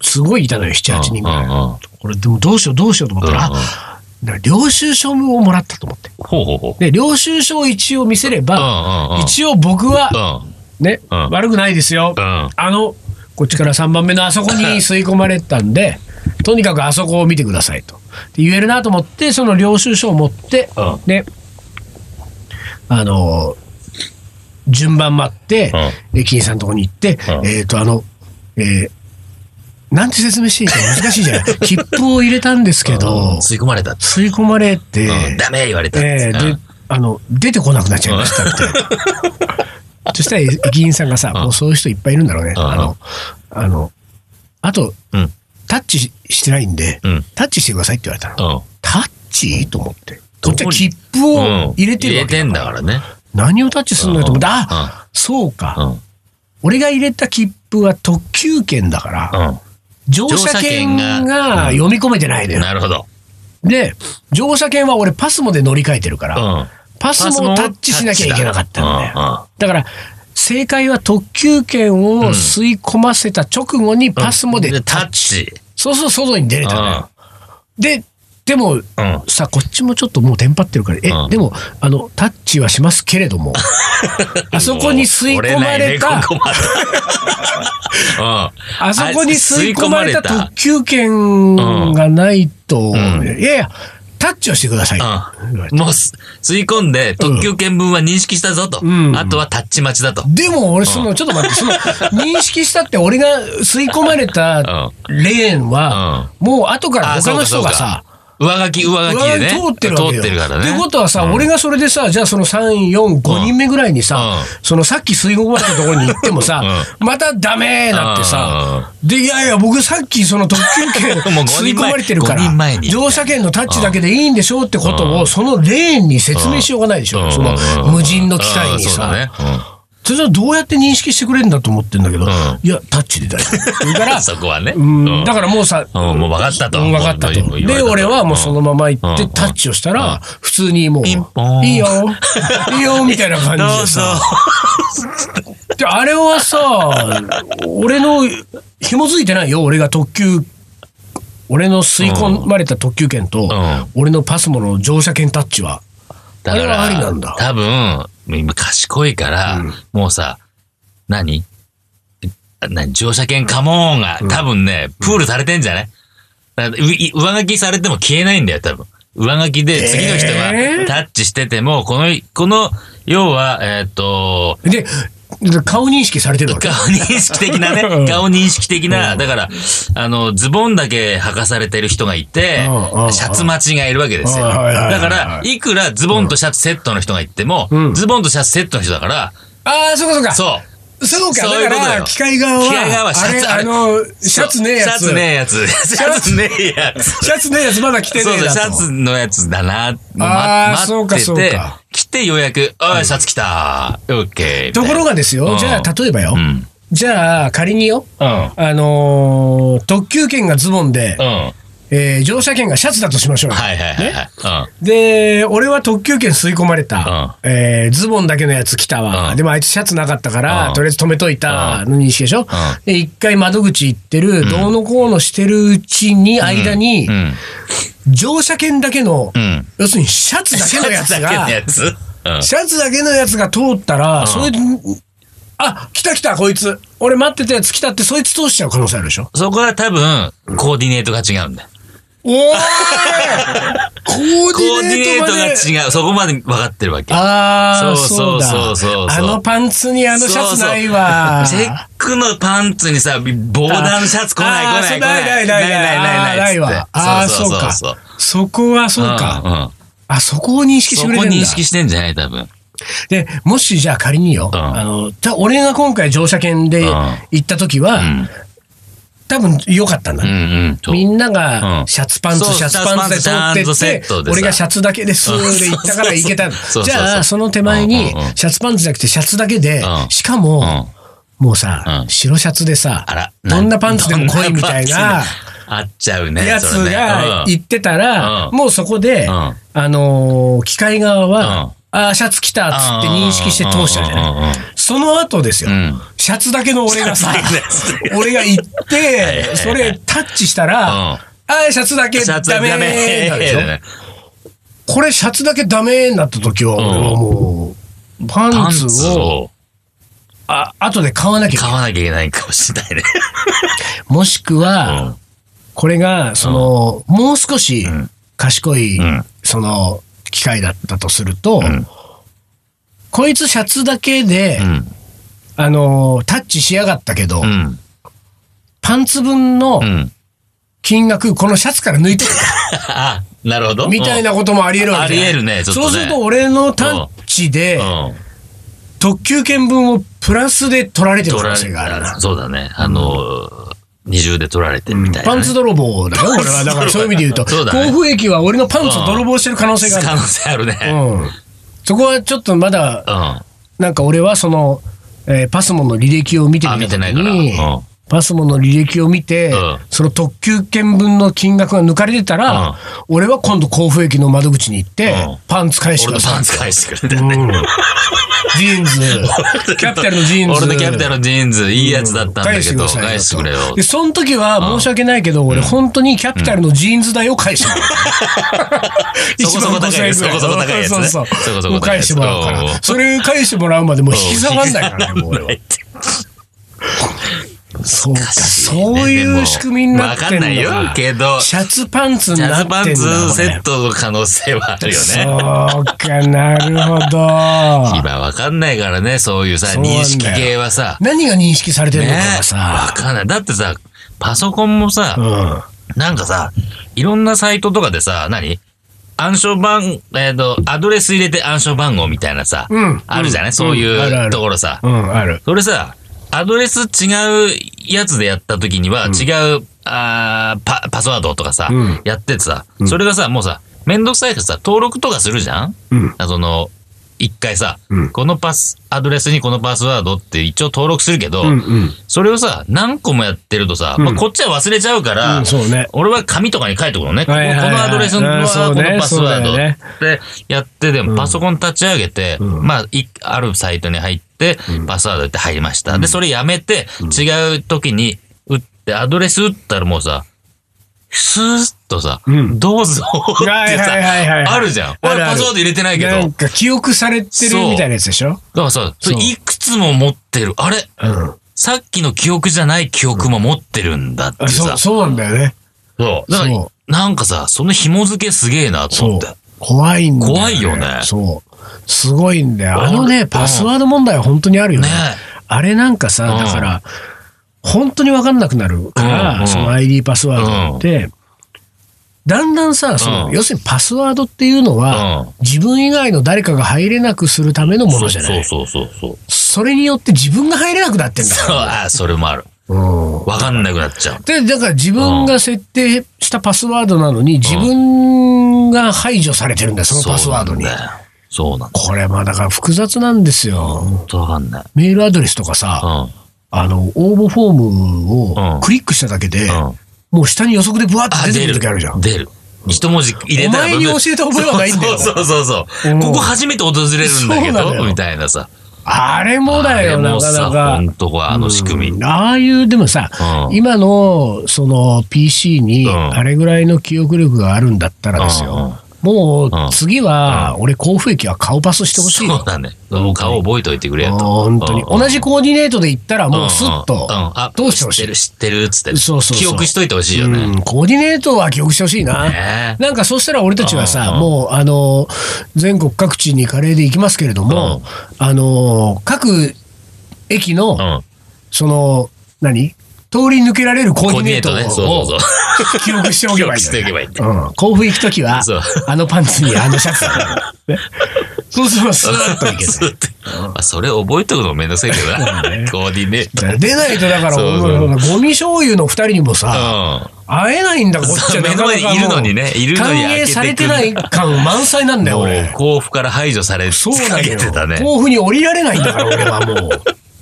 [SPEAKER 1] すごいいたのよ、7、8人ぐらい
[SPEAKER 2] うんうん。
[SPEAKER 1] これ、でもどうしようどうしようと思ったら、
[SPEAKER 2] うんうん
[SPEAKER 1] あだから領収書をもらったと思って。
[SPEAKER 2] ほうほうほう。
[SPEAKER 1] で、領収書を一応見せれば、
[SPEAKER 2] うんうんうん。
[SPEAKER 1] 一応僕は、ね、
[SPEAKER 2] うん
[SPEAKER 1] 悪くないですよ。
[SPEAKER 2] うん
[SPEAKER 1] あの、こっちから3番目のあそ こに吸い込まれたんで、とにかくあそこを見てくださいと。で言えるなと思って、その領収書を持って、
[SPEAKER 2] うん
[SPEAKER 1] で、あの、順番待って、駅員さんのとこに行って、
[SPEAKER 2] うん
[SPEAKER 1] えっ、と、あの、えーなんて説明していいか難しいじゃ ない切符を入れたんですけ
[SPEAKER 2] うん
[SPEAKER 1] ど、
[SPEAKER 2] 吸い込まれた。
[SPEAKER 1] 吸い込まれて、
[SPEAKER 2] うんダメ言われた。
[SPEAKER 1] ええ
[SPEAKER 2] うん
[SPEAKER 1] で、あの、出てこなくなっちゃいましたって。 そしたら駅員さんがさ、
[SPEAKER 2] うん
[SPEAKER 1] もうそういう人いっぱいいるんだろうね。
[SPEAKER 2] うん
[SPEAKER 1] あの、あの、あと、
[SPEAKER 2] うん。
[SPEAKER 1] タッチししてないんで、
[SPEAKER 2] うん。
[SPEAKER 1] タッチしてくださいって言われたの。
[SPEAKER 2] うん。
[SPEAKER 1] タッチと思って。こっちは
[SPEAKER 2] どこに
[SPEAKER 1] 切符
[SPEAKER 2] うん
[SPEAKER 1] を入れてるわけ
[SPEAKER 2] 入れてんだからね。
[SPEAKER 1] 何をタッチするのよと思って、あ、そう
[SPEAKER 2] うん。
[SPEAKER 1] か。
[SPEAKER 2] うん。
[SPEAKER 1] 俺が入れた切符は特急券だから、乗車券
[SPEAKER 2] 乗車券が
[SPEAKER 1] が読み込めてないのよ。
[SPEAKER 2] なるほど。
[SPEAKER 1] で、乗車券は俺パスモで乗り換えてるから、
[SPEAKER 2] うん。
[SPEAKER 1] パスモをタッチしなきゃいけなかったんだよ。
[SPEAKER 2] うんうん
[SPEAKER 1] だから、正解は特急券を吸い込ませた直後にパスモで
[SPEAKER 2] で
[SPEAKER 1] タ
[SPEAKER 2] タ
[SPEAKER 1] ッ
[SPEAKER 2] ッ
[SPEAKER 1] チ。
[SPEAKER 2] チ。
[SPEAKER 1] そうそう、外に出れたのよ。で、でも、
[SPEAKER 2] うん。うん
[SPEAKER 1] さこっちもちょっともうテンパってるから、え、
[SPEAKER 2] うん
[SPEAKER 1] でも、あの、タッチはしますけれど も、あそこに吸い込まれた、
[SPEAKER 2] 折ないねここまでうん
[SPEAKER 1] あそこに吸い込まれた
[SPEAKER 2] 吸い込ま
[SPEAKER 1] 特急券がないと、い
[SPEAKER 2] ん
[SPEAKER 1] やいや、タッチをしてください。
[SPEAKER 2] うんもうす吸い込んで特急見分は認識したぞと、
[SPEAKER 1] うん
[SPEAKER 2] あとはタッチ待ちだと、
[SPEAKER 1] でも俺、その、ちょっと待って、その、認識したって俺が吸い込まれたレーンは、もう後から他の人がさ、
[SPEAKER 2] そうかそうか上書き上書きでね
[SPEAKER 1] 通ってるわけよ。
[SPEAKER 2] 通ってるからね
[SPEAKER 1] ってことはさ、俺がそれでさ、じゃあその3、4、5人目ぐらいにさ、
[SPEAKER 2] う
[SPEAKER 1] そのさっき吸い込まれたところに行ってもさ、またダメーなってさ、で、いやいや、僕さっきその特急券
[SPEAKER 2] もう五
[SPEAKER 1] 吸い
[SPEAKER 2] 人前
[SPEAKER 1] 込まれてるから
[SPEAKER 2] 五人前、に
[SPEAKER 1] 乗車券のタッチだけでいいんでしょうってことを、そのレーンに説明しようがないでし
[SPEAKER 2] う
[SPEAKER 1] ょ。
[SPEAKER 2] ん
[SPEAKER 1] その無人の機械に
[SPEAKER 2] うんそう
[SPEAKER 1] さ
[SPEAKER 2] だ。ね
[SPEAKER 1] それはどうやって認識してくれるんだと思ってんだけど、
[SPEAKER 2] ん
[SPEAKER 1] いや、タッチで大丈 夫。だか
[SPEAKER 2] うん
[SPEAKER 1] ら、
[SPEAKER 2] そこはね、
[SPEAKER 1] うん、だ
[SPEAKER 2] か
[SPEAKER 1] からもうさ、
[SPEAKER 2] うんもう分かったと
[SPEAKER 1] うん分かった
[SPEAKER 2] もう
[SPEAKER 1] と。
[SPEAKER 2] 言われ
[SPEAKER 1] で、
[SPEAKER 2] たと
[SPEAKER 1] 俺はもうそのまま行って
[SPEAKER 2] うん
[SPEAKER 1] タッチをしたら、普通にもう、
[SPEAKER 2] ピンポーン
[SPEAKER 1] いい よ、いいよ、みたいな感じ
[SPEAKER 2] ど
[SPEAKER 1] で
[SPEAKER 2] うぞ
[SPEAKER 1] さ。で、あれはさ、俺の、紐づいてないよ、俺が特急、俺の吸い込まれた特急券と、
[SPEAKER 2] ん
[SPEAKER 1] 俺のパスモの乗車券タッチは。
[SPEAKER 2] だか
[SPEAKER 1] あれはありなんだ
[SPEAKER 2] ら多分今賢いから、もうさ何何乗車券カモーンが、多分ね、プールされてんじゃないだからうい上書きされても消えないんだよ、多分。上書きで次の人
[SPEAKER 1] えー
[SPEAKER 2] がタッチしてても、この、この、要は、えーっと、
[SPEAKER 1] で、顔認識されてるわけ。
[SPEAKER 2] 顔認識的なね
[SPEAKER 1] うん。
[SPEAKER 2] 顔認識的な、だから、あの、ズボンだけ履かされてる人がいて
[SPEAKER 1] うんうん、
[SPEAKER 2] シャツ待ちがいるわけですよ。
[SPEAKER 1] はいはいはいはい
[SPEAKER 2] だから、いくらズボンとシャツセットの人がいても
[SPEAKER 1] うん、
[SPEAKER 2] ズボンとシャツセットの人だから、
[SPEAKER 1] ああ、そうかそうか。
[SPEAKER 2] そう。
[SPEAKER 1] そうか、
[SPEAKER 2] そういう
[SPEAKER 1] だ
[SPEAKER 2] こ
[SPEAKER 1] か
[SPEAKER 2] と
[SPEAKER 1] ら、
[SPEAKER 2] よ
[SPEAKER 1] 機械側は、
[SPEAKER 2] 機械側はシャツ
[SPEAKER 1] あれ、あの、シャツねえやつ。
[SPEAKER 2] シャツねえやつ。シャツねえやつ。
[SPEAKER 1] シャツねえやつまだ着てね
[SPEAKER 2] そう
[SPEAKER 1] え
[SPEAKER 2] そう、
[SPEAKER 1] なと。
[SPEAKER 2] シャツのやつだな。
[SPEAKER 1] あー
[SPEAKER 2] ま
[SPEAKER 1] そうか
[SPEAKER 2] 待って
[SPEAKER 1] そう
[SPEAKER 2] て
[SPEAKER 1] か、
[SPEAKER 2] 来てようやく、あーシャツ来た。オッケー。
[SPEAKER 1] ところ
[SPEAKER 2] が、
[SPEAKER 1] がですよ、
[SPEAKER 2] うん
[SPEAKER 1] じゃあ、例えばよ、
[SPEAKER 2] うん。
[SPEAKER 1] じゃあ、仮によ、
[SPEAKER 2] うん。
[SPEAKER 1] あのー特急券がズボンで、
[SPEAKER 2] うん。
[SPEAKER 1] えー乗車券がシャツだとしましょうよ。
[SPEAKER 2] はいはいはい
[SPEAKER 1] ね
[SPEAKER 2] はい。
[SPEAKER 1] で、俺は特急券吸い込まれた。えーズボンだけのやつ来たわ。
[SPEAKER 2] うん
[SPEAKER 1] でもあいつシャツなかったから、
[SPEAKER 2] うん
[SPEAKER 1] とりあえず止めといたの認識でしょ、
[SPEAKER 2] ん
[SPEAKER 1] で、一回窓口行ってる、どうのこうのしてるうちに、間に、
[SPEAKER 2] うん。うん。
[SPEAKER 1] 乗車券だけの、
[SPEAKER 2] うん
[SPEAKER 1] 要するにシャツだけのやつ
[SPEAKER 2] シャツだけ
[SPEAKER 1] が
[SPEAKER 2] の、やつうん
[SPEAKER 1] シャツだけのやつが通ったら、それで、あ、来た来た、こいつ。俺待ってたやつ来たって、そいつ通しちゃう可能性あるでしょ。
[SPEAKER 2] そこは多分、コーディネートが違うんだよ。
[SPEAKER 1] おーいコー
[SPEAKER 2] コーディネートが
[SPEAKER 1] う。
[SPEAKER 2] 違う。そこまで分かってるわけ。
[SPEAKER 1] ああ、
[SPEAKER 2] そう
[SPEAKER 1] そうだ。
[SPEAKER 2] そうそうそう
[SPEAKER 1] あのパンツにあのシャツないわ。
[SPEAKER 2] そうそうチェックのパンツにさ、防弾シャツ来ない来
[SPEAKER 1] あーそ
[SPEAKER 2] ない来ない。
[SPEAKER 1] うないないないないない
[SPEAKER 2] ないないないない
[SPEAKER 1] わ
[SPEAKER 2] っつって
[SPEAKER 1] あー
[SPEAKER 2] そ
[SPEAKER 1] そうう
[SPEAKER 2] そう
[SPEAKER 1] か
[SPEAKER 2] そう。
[SPEAKER 1] そこはそうか。
[SPEAKER 2] んうん
[SPEAKER 1] あ、そこを認識し
[SPEAKER 2] そ
[SPEAKER 1] て
[SPEAKER 2] こ
[SPEAKER 1] くれてんだ
[SPEAKER 2] 認識してんじゃない多分。
[SPEAKER 1] で、もしじゃあ仮によ、
[SPEAKER 2] うん
[SPEAKER 1] あの、た俺が今回乗車券で
[SPEAKER 2] うん
[SPEAKER 1] 行った時は、
[SPEAKER 2] ん
[SPEAKER 1] 多分良かったんだ
[SPEAKER 2] う。んうん。そう
[SPEAKER 1] みんなが
[SPEAKER 2] うん
[SPEAKER 1] シャツパンツ、
[SPEAKER 2] そう
[SPEAKER 1] シャツパンツで
[SPEAKER 2] シャツパン
[SPEAKER 1] 通
[SPEAKER 2] ツ
[SPEAKER 1] ってっ
[SPEAKER 2] シャツパンツセット
[SPEAKER 1] て、
[SPEAKER 2] でさ
[SPEAKER 1] 俺がシャツだけです
[SPEAKER 2] うん
[SPEAKER 1] で行ったから行けたの。
[SPEAKER 2] そうそうそう
[SPEAKER 1] じゃあ、その手前に
[SPEAKER 2] うんうんう、ん
[SPEAKER 1] シャツパンツじゃなくてシャツだけで
[SPEAKER 2] う、ん
[SPEAKER 1] しかも、もうさ
[SPEAKER 2] う、ん
[SPEAKER 1] 白シャツでさ
[SPEAKER 2] あら、。
[SPEAKER 1] どんなパンツでも来いみたい
[SPEAKER 2] どんパン
[SPEAKER 1] な
[SPEAKER 2] ツでもあっちゃうね。
[SPEAKER 1] やつ
[SPEAKER 2] それね
[SPEAKER 1] が
[SPEAKER 2] うん
[SPEAKER 1] 行ってたら、
[SPEAKER 2] うん
[SPEAKER 1] もうそこで、
[SPEAKER 2] うん
[SPEAKER 1] あのー機械側は、
[SPEAKER 2] うん
[SPEAKER 1] ああ、シャツ着たっつって認識して通したじゃ
[SPEAKER 2] うんうんうんう
[SPEAKER 1] なんい。その後ですよ、
[SPEAKER 2] うん
[SPEAKER 1] シャツだけの俺がさ
[SPEAKER 2] シャツだけのやつで、
[SPEAKER 1] 俺が行って、
[SPEAKER 2] い
[SPEAKER 1] それタッチした
[SPEAKER 2] うん
[SPEAKER 1] ら、ああ、シャツだけ
[SPEAKER 2] シャツ
[SPEAKER 1] ダ
[SPEAKER 2] ダ
[SPEAKER 1] メ
[SPEAKER 2] メ
[SPEAKER 1] ーなんでしょ
[SPEAKER 2] だね
[SPEAKER 1] これシャツだけダメになった時は、俺はもう、パ
[SPEAKER 2] パ
[SPEAKER 1] ン
[SPEAKER 2] ン
[SPEAKER 1] ツ
[SPEAKER 2] ツ
[SPEAKER 1] を、
[SPEAKER 2] を
[SPEAKER 1] あ、後で買わなきゃいけ
[SPEAKER 2] 買
[SPEAKER 1] ない。
[SPEAKER 2] わなきゃいけないかもしれないね。
[SPEAKER 1] もしくは、これが、その、もう少し賢い、
[SPEAKER 2] ん
[SPEAKER 1] その、機械だったとすると、こいつシャツだけで、
[SPEAKER 2] う
[SPEAKER 1] あのー、タッチしやがったけど、
[SPEAKER 2] ん。うん。
[SPEAKER 1] パンツ分の
[SPEAKER 2] うん。
[SPEAKER 1] 金額、このシャツから抜い てる
[SPEAKER 2] あ、 なるほど。
[SPEAKER 1] みたいなこともあり得るわけじゃない
[SPEAKER 2] あり得るねちょっとね
[SPEAKER 1] そうすると、俺のタッチで、
[SPEAKER 2] うん。
[SPEAKER 1] 特急券分をプラスで取られてる
[SPEAKER 2] 取
[SPEAKER 1] 可
[SPEAKER 2] ら
[SPEAKER 1] 能性がある
[SPEAKER 2] れ
[SPEAKER 1] な。
[SPEAKER 2] そうだね。あのー、二重で取られてみたいなね。
[SPEAKER 1] パンツ泥棒だよ、俺は。だからそういう意味で言うと、
[SPEAKER 2] そうだね
[SPEAKER 1] 甲府駅は俺のパンツを泥棒してる可能性がある。
[SPEAKER 2] 可能性あるね。
[SPEAKER 1] うん、そこはちょっとまだ
[SPEAKER 2] うん。
[SPEAKER 1] なんか俺はその、えーパスモの履歴を見てみ
[SPEAKER 2] あ、見
[SPEAKER 1] た時
[SPEAKER 2] てないから。
[SPEAKER 1] に
[SPEAKER 2] うん
[SPEAKER 1] パスモの履歴を見て、
[SPEAKER 2] うん
[SPEAKER 1] その特急券分の金額が抜かれてたら、
[SPEAKER 2] うん
[SPEAKER 1] 俺は今度甲府駅の窓口に行って、
[SPEAKER 2] うん
[SPEAKER 1] パンツ返してく
[SPEAKER 2] 俺
[SPEAKER 1] だ
[SPEAKER 2] の
[SPEAKER 1] さい
[SPEAKER 2] パンツ返してくれて
[SPEAKER 1] う
[SPEAKER 2] ね。
[SPEAKER 1] んジーン ズ、キャピタルのジーンズ。
[SPEAKER 2] 俺のキャピタルのジーンズ、いいやつだったんだけど、
[SPEAKER 1] 返してくださいよと
[SPEAKER 2] 返してくれよ。
[SPEAKER 1] で、その時は申し訳ないけど、俺本当にキャピタルのジーンズ代を返してもらう。
[SPEAKER 2] そこそこ高いやつ
[SPEAKER 1] 1万5000円ぐら
[SPEAKER 2] そこそこ高いやつね
[SPEAKER 1] そうそう
[SPEAKER 2] そこそ
[SPEAKER 1] そう。
[SPEAKER 2] こ高い
[SPEAKER 1] もう返
[SPEAKER 2] やつ
[SPEAKER 1] してもらうか
[SPEAKER 2] おうおう
[SPEAKER 1] ら。それ返してもらうまでもう引き下がんないからね、もう俺 は。そうか、そういう仕組みになってんだ
[SPEAKER 2] わかんないよけど
[SPEAKER 1] シャツパンツに
[SPEAKER 2] ジャ
[SPEAKER 1] なって
[SPEAKER 2] ズ
[SPEAKER 1] んだ
[SPEAKER 2] パンツセ
[SPEAKER 1] ト
[SPEAKER 2] ットの可能性はあるよね。
[SPEAKER 1] そうか、なるほ ど。
[SPEAKER 2] 今わかんないからね、そういうさ、
[SPEAKER 1] そうなんだよ
[SPEAKER 2] 認識系はさ。
[SPEAKER 1] 何が認識されてるのか
[SPEAKER 2] ね
[SPEAKER 1] が
[SPEAKER 2] わ
[SPEAKER 1] さ。
[SPEAKER 2] かんない。だってさ、パソコンもさ、
[SPEAKER 1] うん。
[SPEAKER 2] なんかさ、いろんなサイトとかでさ、何暗証番、えっ、と、アドレス入れて暗証番号みたいなさ、
[SPEAKER 1] うん
[SPEAKER 2] あるじゃな
[SPEAKER 1] う
[SPEAKER 2] い、
[SPEAKER 1] ん
[SPEAKER 2] そう
[SPEAKER 1] うんあるあ
[SPEAKER 2] い
[SPEAKER 1] る
[SPEAKER 2] うところさ。
[SPEAKER 1] うん、ある。
[SPEAKER 2] それさ、アドレス違うやつでやった時には、違う、あーパ、パスワードとかさ、
[SPEAKER 1] うん
[SPEAKER 2] やっててさ、それがさ、もうさ、めんどくさいからさ、登録とかするじゃん
[SPEAKER 1] うん。
[SPEAKER 2] あその、一回さ、
[SPEAKER 1] うん
[SPEAKER 2] このパス、アドレスにこのパスワードって一応登録するけど、
[SPEAKER 1] うん、うん。
[SPEAKER 2] それをさ、何個もやってるとさ、
[SPEAKER 1] ん
[SPEAKER 2] まあ、こっちは忘れちゃうから、
[SPEAKER 1] うんそうね
[SPEAKER 2] 俺は紙とかに書いておくのね。ここ
[SPEAKER 1] はいはいはい
[SPEAKER 2] このアドレスの
[SPEAKER 1] うんそうね
[SPEAKER 2] このパスワー
[SPEAKER 1] そ
[SPEAKER 2] ド
[SPEAKER 1] うだよね
[SPEAKER 2] でやって、でもパソコン立ち上げて、
[SPEAKER 1] うん
[SPEAKER 2] まあい、あるサイトに入って、パスワードって入りました。で、それやめて、違う時に打って、アドレス打ったらもうさ、スーッとさ、
[SPEAKER 1] うん
[SPEAKER 2] どうぞってさ、
[SPEAKER 1] はいはいはいはい
[SPEAKER 2] あるじゃん。
[SPEAKER 1] あ
[SPEAKER 2] 俺
[SPEAKER 1] るある
[SPEAKER 2] パスワード入れてないけ
[SPEAKER 1] な
[SPEAKER 2] ど。
[SPEAKER 1] んか記憶されてるみたいなやつでしょ
[SPEAKER 2] だからさ、それ
[SPEAKER 1] そう
[SPEAKER 2] いくつも持ってる。あれ
[SPEAKER 1] うん。
[SPEAKER 2] さっきの記憶じゃない記憶も持ってるんだって
[SPEAKER 1] あそ
[SPEAKER 2] さ。
[SPEAKER 1] う、そうなんだよね。
[SPEAKER 2] そう。だか
[SPEAKER 1] そ
[SPEAKER 2] ら、なんかさ、その紐付けすげえなと思
[SPEAKER 1] そ
[SPEAKER 2] っ
[SPEAKER 1] う
[SPEAKER 2] て。。
[SPEAKER 1] 怖いんだよ、
[SPEAKER 2] 怖いよね
[SPEAKER 1] そう。すごいんだよ。あの
[SPEAKER 2] う
[SPEAKER 1] ね、
[SPEAKER 2] ん
[SPEAKER 1] パスワード問題は本当にあるよね。
[SPEAKER 2] ね
[SPEAKER 1] あれなんかさ、
[SPEAKER 2] うん
[SPEAKER 1] だから、本当にわかんなくなるから、
[SPEAKER 2] うんうん
[SPEAKER 1] その ID パスワードって、だんだんさ、その、
[SPEAKER 2] うん
[SPEAKER 1] 要するにパスワードっていうのは、
[SPEAKER 2] うん
[SPEAKER 1] 自分以外の誰かが入れなくするためのものじゃない。
[SPEAKER 2] そうそうそうそう。
[SPEAKER 1] それによって自分が入れなくなってんだ
[SPEAKER 2] そう、
[SPEAKER 1] か
[SPEAKER 2] ああ、それもある。
[SPEAKER 1] ら。うん
[SPEAKER 2] わかんなくなっちゃう。
[SPEAKER 1] で、だから自分が設定したパスワードなのに、自分が排除されてるんだよ、そのパスワードに
[SPEAKER 2] そう。なんだよ。そうなんだ。
[SPEAKER 1] これまあだから複雑なんですよ。
[SPEAKER 2] 本当わかんない。
[SPEAKER 1] メールアドレスとか
[SPEAKER 2] う
[SPEAKER 1] さ、
[SPEAKER 2] ん。
[SPEAKER 1] あの、応募フォーム
[SPEAKER 2] う
[SPEAKER 1] を
[SPEAKER 2] ん
[SPEAKER 1] クリックしただけで、
[SPEAKER 2] うん。
[SPEAKER 1] もう下に予測でブワー
[SPEAKER 2] あ、
[SPEAKER 1] って出てく
[SPEAKER 2] 出
[SPEAKER 1] る
[SPEAKER 2] る。
[SPEAKER 1] 時あるじゃん。
[SPEAKER 2] 出る。一文字入れたら。
[SPEAKER 1] お前に教えた覚えはないんだよ
[SPEAKER 2] そうそうそうそう
[SPEAKER 1] う
[SPEAKER 2] そ
[SPEAKER 1] ん
[SPEAKER 2] う。ここ初めて訪れるんだけ
[SPEAKER 1] そうなのよ
[SPEAKER 2] ど、みたいなさ。
[SPEAKER 1] あれもだよ、
[SPEAKER 2] あれ
[SPEAKER 1] な
[SPEAKER 2] も
[SPEAKER 1] か
[SPEAKER 2] さ
[SPEAKER 1] なか
[SPEAKER 2] ほ。んとこあの仕組み。
[SPEAKER 1] うんああいう、でもさ、
[SPEAKER 2] うん
[SPEAKER 1] 今の、その PC に、
[SPEAKER 2] うん
[SPEAKER 1] あれぐらいの記憶力があるんだったらですよ。もう
[SPEAKER 2] う、ん
[SPEAKER 1] 次は、俺、甲府駅は顔パスしてほしいよ
[SPEAKER 2] そうだね。もう顔覚えといてくれよと。
[SPEAKER 1] 本当に。
[SPEAKER 2] うん
[SPEAKER 1] 同じコーディネートで行ったら、もうスッ
[SPEAKER 2] んん
[SPEAKER 1] と
[SPEAKER 2] ん、あ、
[SPEAKER 1] どうしてほし
[SPEAKER 2] 知っ
[SPEAKER 1] い
[SPEAKER 2] てる、知ってる、つって。
[SPEAKER 1] そうそうそう
[SPEAKER 2] 記憶しといてほしいよね。
[SPEAKER 1] うんコーディネートは記憶してほしいな。
[SPEAKER 2] ね
[SPEAKER 1] なんかそうしたら俺たちはさ、
[SPEAKER 2] うん
[SPEAKER 1] もうあの全国各地にカレーで行きますけれども、
[SPEAKER 2] うん
[SPEAKER 1] あの各駅の、
[SPEAKER 2] うん。
[SPEAKER 1] その何通り抜けられるコー
[SPEAKER 2] コ
[SPEAKER 1] デ
[SPEAKER 2] ー
[SPEAKER 1] ィ
[SPEAKER 2] ディ
[SPEAKER 1] ネ
[SPEAKER 2] ネ
[SPEAKER 1] ー
[SPEAKER 2] ー
[SPEAKER 1] トを
[SPEAKER 2] トね。そうそうそう。
[SPEAKER 1] 記録しておけばいいんだよ、
[SPEAKER 2] 記憶しておけばいいんだ
[SPEAKER 1] うん、甲府行くときは
[SPEAKER 2] そう
[SPEAKER 1] あのパンツにあのシャツ だ、ね、そうすればスーッと行ける
[SPEAKER 2] そうってあそれ覚えとくのめんどくさいけどな
[SPEAKER 1] そうね。
[SPEAKER 2] コーディネート。
[SPEAKER 1] 出ないとだから
[SPEAKER 2] そうそう
[SPEAKER 1] ゴミ醤油の二人にもさ、
[SPEAKER 2] う
[SPEAKER 1] 会えないんだ、こっち
[SPEAKER 2] そ
[SPEAKER 1] は
[SPEAKER 2] う
[SPEAKER 1] な
[SPEAKER 2] 目
[SPEAKER 1] か
[SPEAKER 2] の
[SPEAKER 1] なかもう。
[SPEAKER 2] 前にいるのにねいるのに
[SPEAKER 1] 歓迎されてない
[SPEAKER 2] 開けてくる
[SPEAKER 1] 感満載なんだよ、
[SPEAKER 2] ん。も
[SPEAKER 1] 俺
[SPEAKER 2] う。甲府から排除され
[SPEAKER 1] そうだ
[SPEAKER 2] か
[SPEAKER 1] け
[SPEAKER 2] けてたね。
[SPEAKER 1] 甲府に降りられないん だから、俺はもう。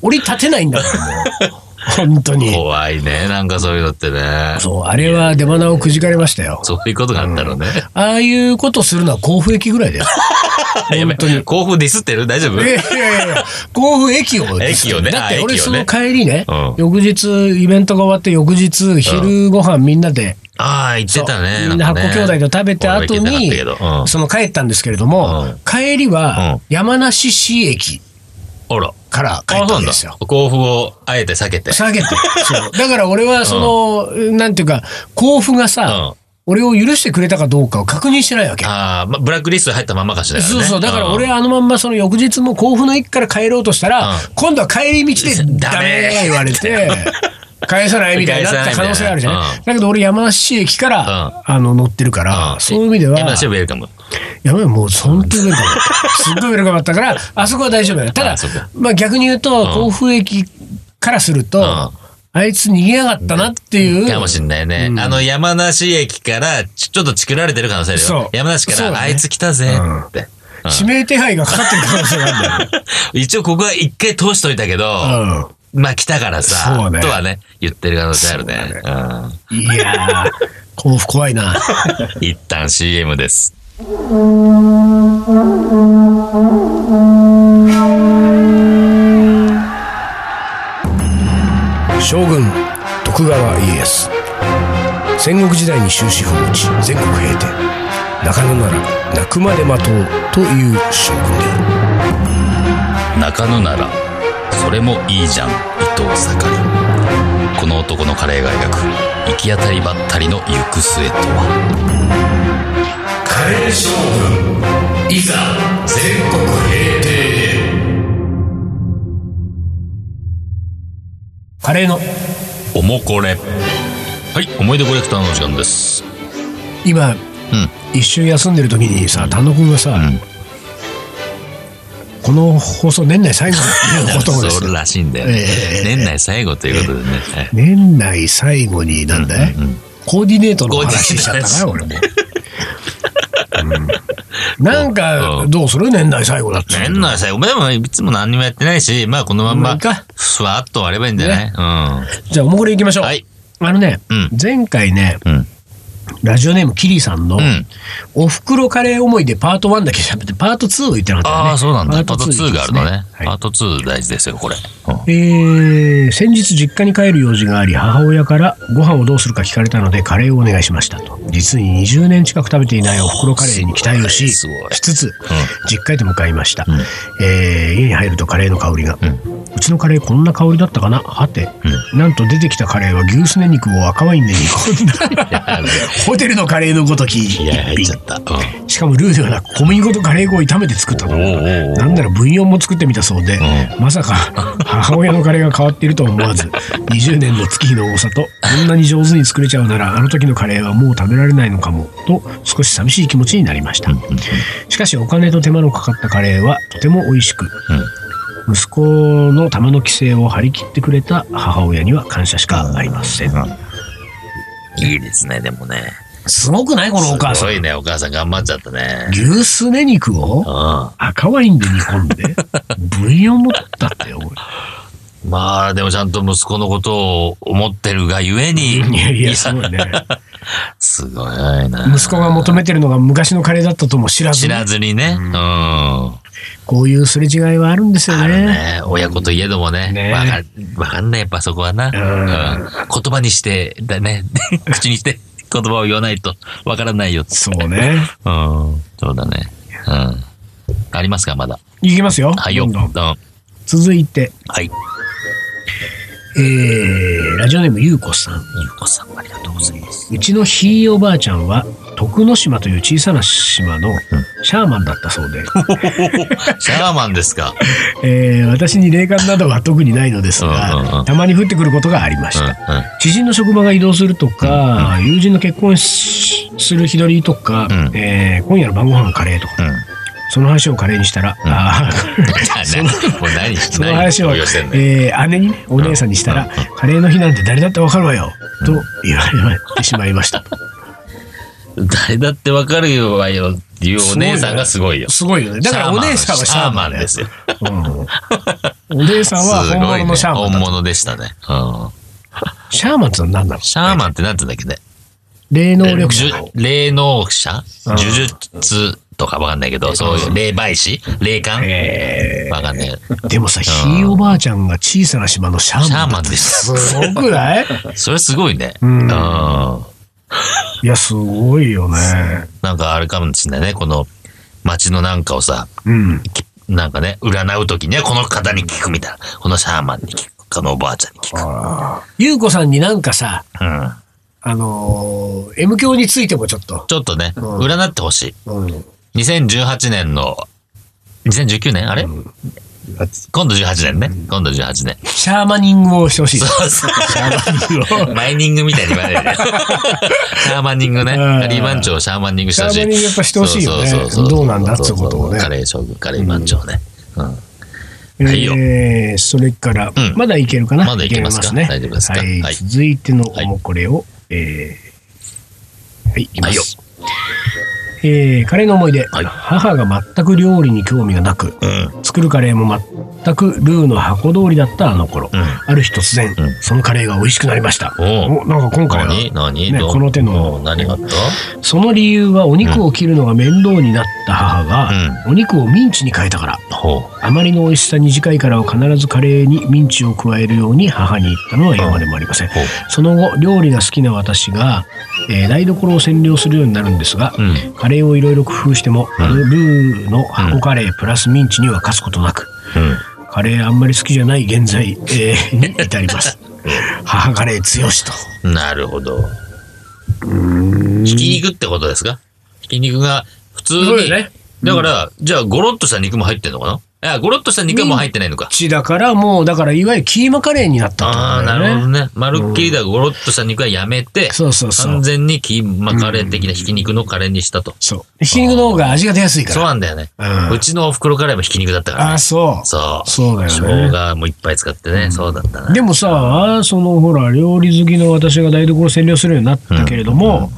[SPEAKER 1] 降り立てないんだから、もう。本当に。
[SPEAKER 2] 怖いね。なんかそういうのってね。
[SPEAKER 1] そう、あれは出花をくじかれましたよ。
[SPEAKER 2] そういうことがあったのね。
[SPEAKER 1] ああいうことするのは甲府駅ぐ らいだよ。
[SPEAKER 2] やべ
[SPEAKER 1] 本当に。
[SPEAKER 2] 甲府ディスってる大丈夫
[SPEAKER 1] いやいやいや甲府駅をです
[SPEAKER 2] 駅をね
[SPEAKER 1] だって
[SPEAKER 2] あ
[SPEAKER 1] 俺
[SPEAKER 2] 駅を
[SPEAKER 1] そ
[SPEAKER 2] ね
[SPEAKER 1] の帰りね
[SPEAKER 2] うん、
[SPEAKER 1] 翌日イベントが終わって翌日昼ご飯みんなで
[SPEAKER 2] ああ、言ってたね。
[SPEAKER 1] みんな箱兄弟と食べて後
[SPEAKER 2] 俺は行
[SPEAKER 1] に
[SPEAKER 2] けなかったけどうん、
[SPEAKER 1] その帰ったんですけれども、
[SPEAKER 2] うん
[SPEAKER 1] 帰りは
[SPEAKER 2] うん
[SPEAKER 1] 山梨市駅
[SPEAKER 2] ほら。
[SPEAKER 1] から帰ったんですよ
[SPEAKER 2] あ。そうなんだ甲府をあえて避けて。
[SPEAKER 1] 下げて。 そうだから俺はその、なんていうか、甲府がさ、
[SPEAKER 2] うん
[SPEAKER 1] 俺を許してくれたかどうかを確認してないわけ。
[SPEAKER 2] ああ、まブラックリスト入ったままかしらね。
[SPEAKER 1] そうそう。だから俺
[SPEAKER 2] は。
[SPEAKER 1] はあのまんまその翌日も甲府の駅から帰ろうとしたら、
[SPEAKER 2] うん
[SPEAKER 1] 今度は帰り道でダ
[SPEAKER 2] ダ
[SPEAKER 1] メ
[SPEAKER 2] メ
[SPEAKER 1] ー言われ て、返さないみたいになった可能性あるじゃな
[SPEAKER 2] 返さないいみたいなうん
[SPEAKER 1] だけど俺山梨市駅から、あの乗ってるから、そういう意味では。
[SPEAKER 2] 山梨ウェルカム。
[SPEAKER 1] やばい、もう本当にウェルカムだった。すっごいウェルカムだったから、あそこは大丈夫だよ。ただ
[SPEAKER 2] あそっか、
[SPEAKER 1] まあ逆に言うと、甲府駅からすると、
[SPEAKER 2] ん
[SPEAKER 1] あいつ逃げやがったなっていう。
[SPEAKER 2] かもしんないね。あの、山梨駅からち、ちょっとチクられてる可能性ある
[SPEAKER 1] そう
[SPEAKER 2] よ。山梨か
[SPEAKER 1] そう
[SPEAKER 2] ら、
[SPEAKER 1] だね
[SPEAKER 2] あいつ来たぜって。
[SPEAKER 1] 指名手配がかかってる可能性があるんだよね。
[SPEAKER 2] 一応ここは一回通しといたけど、
[SPEAKER 1] うん
[SPEAKER 2] まあ来たから
[SPEAKER 1] そ
[SPEAKER 2] さ、
[SPEAKER 1] うね
[SPEAKER 2] とはね、言ってる可能性あるね。
[SPEAKER 1] いやー、甲府怖いな。
[SPEAKER 2] うん。一旦 CM です。
[SPEAKER 1] 将軍徳川家康戦国時代に終止符を打ち全国平定中野なら泣くまで待とうという将軍である
[SPEAKER 2] 中野ならそれもいいじゃん伊藤盛りこの男のカレーが描く行き当たりばったりの行く末とは
[SPEAKER 1] カレー将軍いざ全国平定カレーの
[SPEAKER 2] おもこれはい思い出コレクターのお時間です
[SPEAKER 1] 今
[SPEAKER 2] うん
[SPEAKER 1] 一周休んでる時にさ丹野くんがさ、
[SPEAKER 2] ん
[SPEAKER 1] この放送年内最後のことをです
[SPEAKER 2] そう
[SPEAKER 1] ね
[SPEAKER 2] らしいんだよね、
[SPEAKER 1] ええ
[SPEAKER 2] 年内最後ということでね、はい
[SPEAKER 1] 年内最後になんだい、
[SPEAKER 2] うんうんうん
[SPEAKER 1] コーディネートの話しちゃったな、
[SPEAKER 2] コー
[SPEAKER 1] 俺も。うんなんか、どうする年内最後だって。
[SPEAKER 2] 年内最後でもいつも何にもやってないしまあこのまん
[SPEAKER 1] まあい
[SPEAKER 2] ま
[SPEAKER 1] いか
[SPEAKER 2] ふわっと終わればいいんじゃない、
[SPEAKER 1] じゃあ、おもこれ行きましょう。
[SPEAKER 2] はい
[SPEAKER 1] あのね、
[SPEAKER 2] うん
[SPEAKER 1] 前回ね、
[SPEAKER 2] うんうん
[SPEAKER 1] ラジオネームキリさんの、
[SPEAKER 2] うん
[SPEAKER 1] おふくろカレー思い出パート1だけじゃなくて、パート2を言ってなかったよね。
[SPEAKER 2] ああそうなんだパート
[SPEAKER 1] 行
[SPEAKER 2] 2
[SPEAKER 1] きま
[SPEAKER 2] があ
[SPEAKER 1] す
[SPEAKER 2] るのね、
[SPEAKER 1] はい
[SPEAKER 2] パート2大事ですよこれ、うん
[SPEAKER 1] えー先日実家に帰る用事があり母親からご飯をどうするか聞かれたのでカレーをお願いしましたと実に20年近く食べていないおふくろカレーに期待をし
[SPEAKER 2] すごい
[SPEAKER 1] しつつ、実家へと向かいました、えー家に入るとカレーの香りが、うちのカレーこんな香りだったかなはて、なんと出てきたカレーは牛すね肉を赤ワインで煮込んだ ホテルのカレーのごとき
[SPEAKER 2] い
[SPEAKER 1] 一
[SPEAKER 2] や、入っ
[SPEAKER 1] 品
[SPEAKER 2] ちゃった。うん。
[SPEAKER 1] しかもルーではなく小麦粉とカレー粉を炒めて作ったと
[SPEAKER 2] おうおうおう
[SPEAKER 1] なんならブイヨンも作ってみたそうで、
[SPEAKER 2] う
[SPEAKER 1] まさか母親のカレーが変わっているとは思わず20年の月日の多さとこんなに上手に作れちゃうならあの時のカレーはもう食べられないのかもと少し寂しい気持ちになりました、しかしお金と手間のかかったカレーはとても美味しく、息子の玉の規制を張り切ってくれた母親には感謝しかありません、
[SPEAKER 2] いいですね、でもね。
[SPEAKER 1] すごくないこのお母
[SPEAKER 2] す
[SPEAKER 1] さん
[SPEAKER 2] ごいね、お母さん頑張っちゃったね。
[SPEAKER 1] 牛すね肉を
[SPEAKER 2] うん。
[SPEAKER 1] 赤ワインで煮込ん でブイヨンも取ったってよ
[SPEAKER 2] まあ、でもちゃんと息子のことを思ってるがゆえに、
[SPEAKER 1] いやいや、すごいね。
[SPEAKER 2] すごいな。
[SPEAKER 1] 息子が求めてるのが昔のカレーだったとも知らず
[SPEAKER 2] 知
[SPEAKER 1] に、
[SPEAKER 2] らずにね。うん。あ
[SPEAKER 1] こういうすれ違いはあるんですよ
[SPEAKER 2] る
[SPEAKER 1] ね。
[SPEAKER 2] ね。親子といえどもね。
[SPEAKER 1] ね
[SPEAKER 2] わかわかんない、やっぱそこはな。
[SPEAKER 1] ん
[SPEAKER 2] うん言葉にして、だね。 口にして言葉を言わないとわからないよ。
[SPEAKER 1] そうね。
[SPEAKER 2] うん。そうだね。うん。ありますか、まだ。
[SPEAKER 1] いきますよ。
[SPEAKER 2] はいよ。
[SPEAKER 1] ど
[SPEAKER 2] うんん
[SPEAKER 1] どん
[SPEAKER 2] は
[SPEAKER 1] 続いて、
[SPEAKER 2] い。
[SPEAKER 1] えー、ラジオネームゆうこさん。
[SPEAKER 2] ゆうこさん、ありがとうございます。
[SPEAKER 1] うちのひいおばあちゃんは、徳之島という小さな島のシャーマンだったそうで、
[SPEAKER 2] シャーマンですか。
[SPEAKER 1] えー私に霊感などは特にないのです
[SPEAKER 2] うんうんう
[SPEAKER 1] が、
[SPEAKER 2] ん
[SPEAKER 1] たまに降ってくることがありました。
[SPEAKER 2] う
[SPEAKER 1] 知人の職場が移動するとか、友人の結婚しする日取りとか、
[SPEAKER 2] うん
[SPEAKER 1] えー今夜の晩ご飯はカレーとか、
[SPEAKER 2] ん。うん。
[SPEAKER 1] その話をカレーにしたら、
[SPEAKER 2] ん
[SPEAKER 1] あ ー
[SPEAKER 2] 何もう何
[SPEAKER 1] その話を、
[SPEAKER 2] 何
[SPEAKER 1] え
[SPEAKER 2] をしてんのよ
[SPEAKER 1] ー姉にねお姉さんにしたら、カレーの日なんて誰だってわかるわよ、と言われてしまいました。
[SPEAKER 2] 誰だってわかるわよっていうお姉さんがすごいよ。
[SPEAKER 1] すごいよね。だからお姉さんはシャーマンだよ
[SPEAKER 2] シャーマンですよ。
[SPEAKER 1] うんお姉さんは
[SPEAKER 2] す
[SPEAKER 1] 本
[SPEAKER 2] ごい
[SPEAKER 1] 物
[SPEAKER 2] ね。
[SPEAKER 1] のシャーマンだ
[SPEAKER 2] 本
[SPEAKER 1] と、
[SPEAKER 2] 物でしたね。うん。
[SPEAKER 1] シャーマンってのは何なの
[SPEAKER 2] シャーマンってなんて言うんだっけね。
[SPEAKER 1] 霊能力者。
[SPEAKER 2] 霊能者
[SPEAKER 1] うん
[SPEAKER 2] 呪術とかわかんないけど、そういう霊媒師霊感
[SPEAKER 1] え
[SPEAKER 2] わかんない。
[SPEAKER 1] ーでもさ、ひいおばあちゃんが小さな島のシャー
[SPEAKER 2] シャ
[SPEAKER 1] マ
[SPEAKER 2] ー
[SPEAKER 1] ンだ
[SPEAKER 2] マンです。
[SPEAKER 1] すごく ない
[SPEAKER 2] それすごいね。
[SPEAKER 1] う
[SPEAKER 2] うんん。ない
[SPEAKER 1] や、すごいよね。
[SPEAKER 2] んかあれかもしんないね。この街のなんかをさ、
[SPEAKER 1] うん。
[SPEAKER 2] なんかね、占うときにはこの方に聞くみたいな。このシャーマンに聞く。このおばあちゃんに聞く。
[SPEAKER 1] ゆうこさんになんかさ、
[SPEAKER 2] うん。
[SPEAKER 1] あのー、M 教についてもちょっと。
[SPEAKER 2] ちょっとね、
[SPEAKER 1] うん
[SPEAKER 2] 占ってほし
[SPEAKER 1] うん。
[SPEAKER 2] い。2018年の、2019年あれ、今度18年ね。今度18年。
[SPEAKER 1] シャーマニングをしてほしい。
[SPEAKER 2] そうそうマイニングみたいに言われる。シャーマンニングね。
[SPEAKER 1] うん
[SPEAKER 2] カリー番長をシャーマンニングしてほしい。
[SPEAKER 1] シャーマンニングやっぱしてほしいよね
[SPEAKER 2] そうそうそそ
[SPEAKER 1] どうなんだってことをね
[SPEAKER 2] カレー将軍、カレー番長ね。うんはいよ
[SPEAKER 1] えー、それから、
[SPEAKER 2] うん
[SPEAKER 1] まだいけるかな。
[SPEAKER 2] まだいけますか
[SPEAKER 1] ね。
[SPEAKER 2] 大丈夫ですか
[SPEAKER 1] はい。
[SPEAKER 2] はい
[SPEAKER 1] 続いてのおもこれを、えーはい、いきます。えーカレーの思い出、
[SPEAKER 2] はい
[SPEAKER 1] 母が全く料理に興味がなく
[SPEAKER 2] うん。
[SPEAKER 1] 作るカレーも全くルーの箱通りだったあの頃、
[SPEAKER 2] うん
[SPEAKER 1] ある日突然、
[SPEAKER 2] うん
[SPEAKER 1] そのカレーが美味しくなりました
[SPEAKER 2] お
[SPEAKER 1] おなんか今回は
[SPEAKER 2] 何何、
[SPEAKER 1] ね
[SPEAKER 2] どう
[SPEAKER 1] この手の
[SPEAKER 2] うん何があった
[SPEAKER 1] その理由はお肉を切るのが面倒になった母が、お肉をミンチに変えたから
[SPEAKER 2] ほう。
[SPEAKER 1] あまりの美味しさに次回からは必ずカレーにミンチを加えるように母に言ったのは今までもありません
[SPEAKER 2] ほう。
[SPEAKER 1] その後料理が好きな私が、えー台所を占領するようになるんですが、
[SPEAKER 2] うん。
[SPEAKER 1] カレーをいろいろ工夫しても、
[SPEAKER 2] うん
[SPEAKER 1] ルーの箱カレープラスミンチには勝つことなく、
[SPEAKER 2] うん。
[SPEAKER 1] カレーあんまり好きじゃない現在、えーに至り ます。母カレー強しと。
[SPEAKER 2] なるほど。ひき肉ってことですかひき肉が普通に。
[SPEAKER 1] そうですね
[SPEAKER 2] だから、じゃあ、ゴロッとした肉も入ってんのかなあ、ゴロッとした肉はもう入ってないのか。
[SPEAKER 1] ちだからもうだからいわゆるキーマカレーになったって
[SPEAKER 2] ああ
[SPEAKER 1] こ
[SPEAKER 2] ー、
[SPEAKER 1] と
[SPEAKER 2] な
[SPEAKER 1] だ
[SPEAKER 2] る
[SPEAKER 1] よ
[SPEAKER 2] ほ
[SPEAKER 1] ね。
[SPEAKER 2] どね。まるっきりだ、ゴロッとした肉はやめて、
[SPEAKER 1] そうそうそ
[SPEAKER 2] 完
[SPEAKER 1] う。
[SPEAKER 2] 全にキーマカレー的なひき肉のカレーにしたと。
[SPEAKER 1] そう。ひき肉の方が味が出やすいか
[SPEAKER 2] そう
[SPEAKER 1] ら。
[SPEAKER 2] なんだよね。
[SPEAKER 1] うん
[SPEAKER 2] うちのお袋カレーもひき肉だったから
[SPEAKER 1] あ
[SPEAKER 2] ね
[SPEAKER 1] あ、。そう。
[SPEAKER 2] そう。
[SPEAKER 1] そうだよね
[SPEAKER 2] 生姜もいっぱい使ってね、そうだったな。
[SPEAKER 1] でもさ、そのほら、料理好きの私が台所を占領するようになったけれども、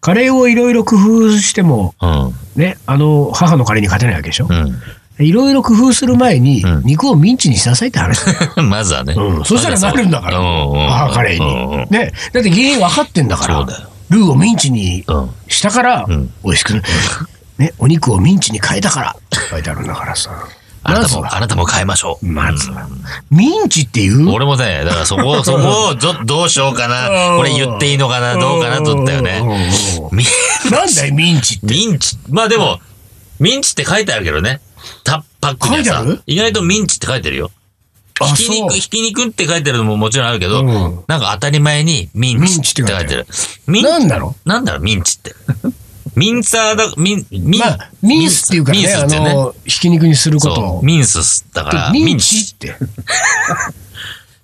[SPEAKER 1] カレーをいろいろ工夫しても、
[SPEAKER 2] う
[SPEAKER 1] ね、あの、母のカレーに勝てないわけでしょ
[SPEAKER 2] ん。
[SPEAKER 1] いろいろ工夫する前に
[SPEAKER 2] うん、
[SPEAKER 1] 肉をミンチにしなさいって話。
[SPEAKER 2] うん。まずはね。
[SPEAKER 1] うんそしたらなるんだから、
[SPEAKER 2] うんうんうん
[SPEAKER 1] 母カレー
[SPEAKER 2] うんうん
[SPEAKER 1] に。ね、だって原因分かってんだか
[SPEAKER 2] そ
[SPEAKER 1] ら
[SPEAKER 2] うだよ、
[SPEAKER 1] ルーをミンチに
[SPEAKER 2] うん。
[SPEAKER 1] したから
[SPEAKER 2] うん、
[SPEAKER 1] 美味しく、ね、お肉をミンチに変えたから、書いてあるんだからさ。
[SPEAKER 2] あ
[SPEAKER 1] ま
[SPEAKER 2] な
[SPEAKER 1] ず
[SPEAKER 2] たも、
[SPEAKER 1] は、
[SPEAKER 2] あなたも変えましょう。
[SPEAKER 1] まずは、ミンチっていう
[SPEAKER 2] 俺もね、だからそこ を、そこを、ちょどうしようかな。
[SPEAKER 1] うん
[SPEAKER 2] これ言っていいのかな、どうかなと思ったよ
[SPEAKER 1] うんうん
[SPEAKER 2] ね。
[SPEAKER 1] うんうん
[SPEAKER 2] ミ
[SPEAKER 1] なんだいミンチって。
[SPEAKER 2] ミンチ、まあでも、ミンチって書いてあるけどね。タッパックには
[SPEAKER 1] 書いてあ
[SPEAKER 2] さ
[SPEAKER 1] る、
[SPEAKER 2] 意外とミンチって書いてるよ。
[SPEAKER 1] あ
[SPEAKER 2] ひき肉、
[SPEAKER 1] そう
[SPEAKER 2] ひき肉って書いてるのももちろんあるけど、
[SPEAKER 1] うん
[SPEAKER 2] なんか当たり前にミンチって書いてる。ミンチ
[SPEAKER 1] なんだろ
[SPEAKER 2] なんだろう、ミ ンチって。ミンサーだ、ミン、ミン、
[SPEAKER 1] まあ、ミンスっていうから
[SPEAKER 2] ミンスっ
[SPEAKER 1] ね、
[SPEAKER 2] て
[SPEAKER 1] あ
[SPEAKER 2] ね。
[SPEAKER 1] の、ひき肉にするこ
[SPEAKER 2] そ
[SPEAKER 1] と
[SPEAKER 2] う、ミンスだから、
[SPEAKER 1] を。ミンチって。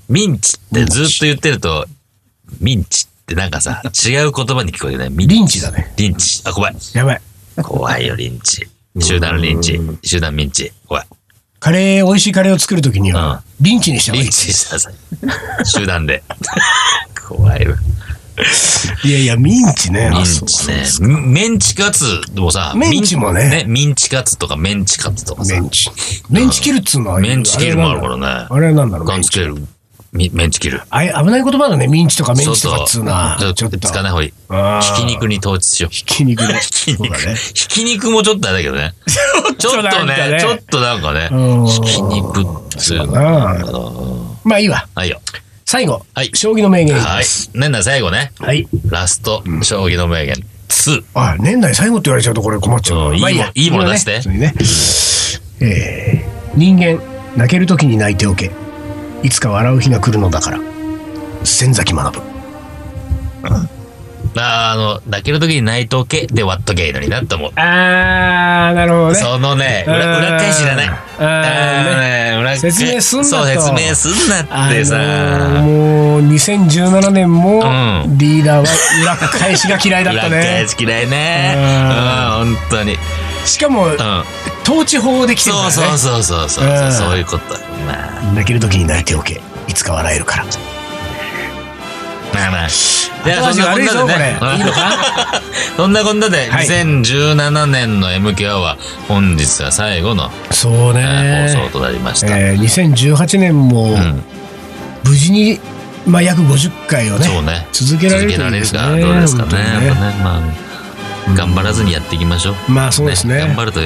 [SPEAKER 2] ミンチってずっと言ってると、ミンチってなんか さ、違う言葉に聞こえない。ミ
[SPEAKER 1] リンチだね。
[SPEAKER 2] リンチ。あ、怖い。
[SPEAKER 1] やばい。
[SPEAKER 2] 怖いよ、リンチ。集団リンチ。集団ミンチ。怖い。
[SPEAKER 1] カレー、美味しいカレーを作るときには、リンチにした方
[SPEAKER 2] リ
[SPEAKER 1] がい
[SPEAKER 2] ンチしたさ、集団で。怖いわ。
[SPEAKER 1] い。いやいや、ミンチね。
[SPEAKER 2] ミン
[SPEAKER 1] あそう
[SPEAKER 2] チね。メンチカツもさ、
[SPEAKER 1] メンチもね
[SPEAKER 2] ミンチカツとかメンチカツとかさ
[SPEAKER 1] メ、ンチ。メンチ切るっつうのは、
[SPEAKER 2] メンチ切るもある
[SPEAKER 1] れなんだ
[SPEAKER 2] からね
[SPEAKER 1] あれはなんだろう、
[SPEAKER 2] ガ
[SPEAKER 1] メン
[SPEAKER 2] ン
[SPEAKER 1] チ
[SPEAKER 2] つける。ミメンチ切る。
[SPEAKER 1] あれ危ない言葉だね、ミンチとかメンチとかっつうのは
[SPEAKER 2] そうそう。
[SPEAKER 1] ちょっと。
[SPEAKER 2] つかない方がいい。
[SPEAKER 1] あー
[SPEAKER 2] ひき肉に統一しよう。
[SPEAKER 1] ひき肉ね。
[SPEAKER 2] ひき
[SPEAKER 1] そう
[SPEAKER 2] 肉、
[SPEAKER 1] だね。
[SPEAKER 2] ひき肉もちょっとあれだけ どね。ちょっ
[SPEAKER 1] な
[SPEAKER 2] と
[SPEAKER 1] んか
[SPEAKER 2] ね、ちょっとなんかね
[SPEAKER 1] うん、
[SPEAKER 2] ひき肉っていうのかなあの
[SPEAKER 1] まあいいわ。
[SPEAKER 2] はいよ。
[SPEAKER 1] 最後
[SPEAKER 2] はい、
[SPEAKER 1] 将棋の名言いき
[SPEAKER 2] は
[SPEAKER 1] ま
[SPEAKER 2] い
[SPEAKER 1] す。。
[SPEAKER 2] 年内最後ね。
[SPEAKER 1] はい。
[SPEAKER 2] ラスト、将棋の名言2。
[SPEAKER 1] あ、年内最後って言われちゃうとこれ困っちゃう
[SPEAKER 2] う
[SPEAKER 1] な。
[SPEAKER 2] ん
[SPEAKER 1] まあ
[SPEAKER 2] いいも
[SPEAKER 1] や
[SPEAKER 2] んいいもの出して
[SPEAKER 1] それね。えー人間、泣けるときに泣いておけ。いつか笑う日が来るのだから。千崎学ぶ。
[SPEAKER 2] あの、泣ける時に泣いとけで割っとけいいのになって思う。
[SPEAKER 1] あー、なるほど
[SPEAKER 2] そのね、裏
[SPEAKER 1] うん
[SPEAKER 2] 裏返しじゃない。
[SPEAKER 1] うん
[SPEAKER 2] あーね裏返し
[SPEAKER 1] 説明すんなと
[SPEAKER 2] そう、説明すんなって
[SPEAKER 1] あのー
[SPEAKER 2] さ。
[SPEAKER 1] もう2017年も
[SPEAKER 2] うん
[SPEAKER 1] リーダーは裏返しが嫌いだっ
[SPEAKER 2] 裏
[SPEAKER 1] た
[SPEAKER 2] 返
[SPEAKER 1] ね。
[SPEAKER 2] し嫌いね。
[SPEAKER 1] う
[SPEAKER 2] うんん、本当に。
[SPEAKER 1] しかも
[SPEAKER 2] うん。
[SPEAKER 1] 統治法できてるか
[SPEAKER 2] そ
[SPEAKER 1] ら
[SPEAKER 2] う
[SPEAKER 1] ね。
[SPEAKER 2] そうそうそうそうう、
[SPEAKER 1] ん
[SPEAKER 2] そういうこと。まあ、
[SPEAKER 1] 泣ける時に泣いておけ。いつか笑えるから。
[SPEAKER 2] まあまあ。で
[SPEAKER 1] 後味悪いぞこれ。いいのか？
[SPEAKER 2] そんなこんなで、
[SPEAKER 1] はい
[SPEAKER 2] 2017年の MKO は本日が最後の、
[SPEAKER 1] そう
[SPEAKER 2] えー
[SPEAKER 1] ね。
[SPEAKER 2] 放送となりました。
[SPEAKER 1] えー、2018年も
[SPEAKER 2] うん、
[SPEAKER 1] 無事に、まあ、約50回をね
[SPEAKER 2] そうね。
[SPEAKER 1] 続けられる
[SPEAKER 2] 続け
[SPEAKER 1] とい
[SPEAKER 2] ら
[SPEAKER 1] い
[SPEAKER 2] れ
[SPEAKER 1] で
[SPEAKER 2] る
[SPEAKER 1] すね
[SPEAKER 2] かどうですか
[SPEAKER 1] 本
[SPEAKER 2] ね。
[SPEAKER 1] 当に
[SPEAKER 2] やっぱね、まあ、頑張らずにやっていきましょう。
[SPEAKER 1] まあそうですね
[SPEAKER 2] 頑張ると、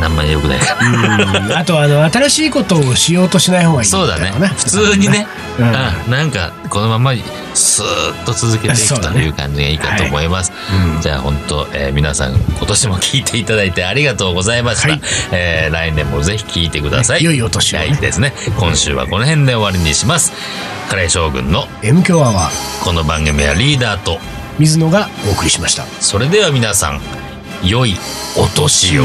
[SPEAKER 2] 何枚良くないから。
[SPEAKER 1] うんあとあの新しいことをしようとしない方がいい
[SPEAKER 2] そうだね
[SPEAKER 1] みたいな。
[SPEAKER 2] 普通にね、
[SPEAKER 1] う
[SPEAKER 2] うんん、なんか、このまま、スーッと続けてい
[SPEAKER 1] そう
[SPEAKER 2] く
[SPEAKER 1] だ
[SPEAKER 2] と
[SPEAKER 1] ね
[SPEAKER 2] いう感じがいいかと思 います。
[SPEAKER 1] うん
[SPEAKER 2] じゃあ、本当、えー皆さん、今年も聞いていただいてありがとうございました。
[SPEAKER 1] はい
[SPEAKER 2] えー来年もぜひ聞いてください。
[SPEAKER 1] 良いお年をね
[SPEAKER 2] はいですね。今週はこの辺で終わりにします。カレー将軍の
[SPEAKER 1] M 強アワー
[SPEAKER 2] この番組はリーダーと、
[SPEAKER 1] 水野がお送りしました
[SPEAKER 2] それでは皆さん、良いお年を。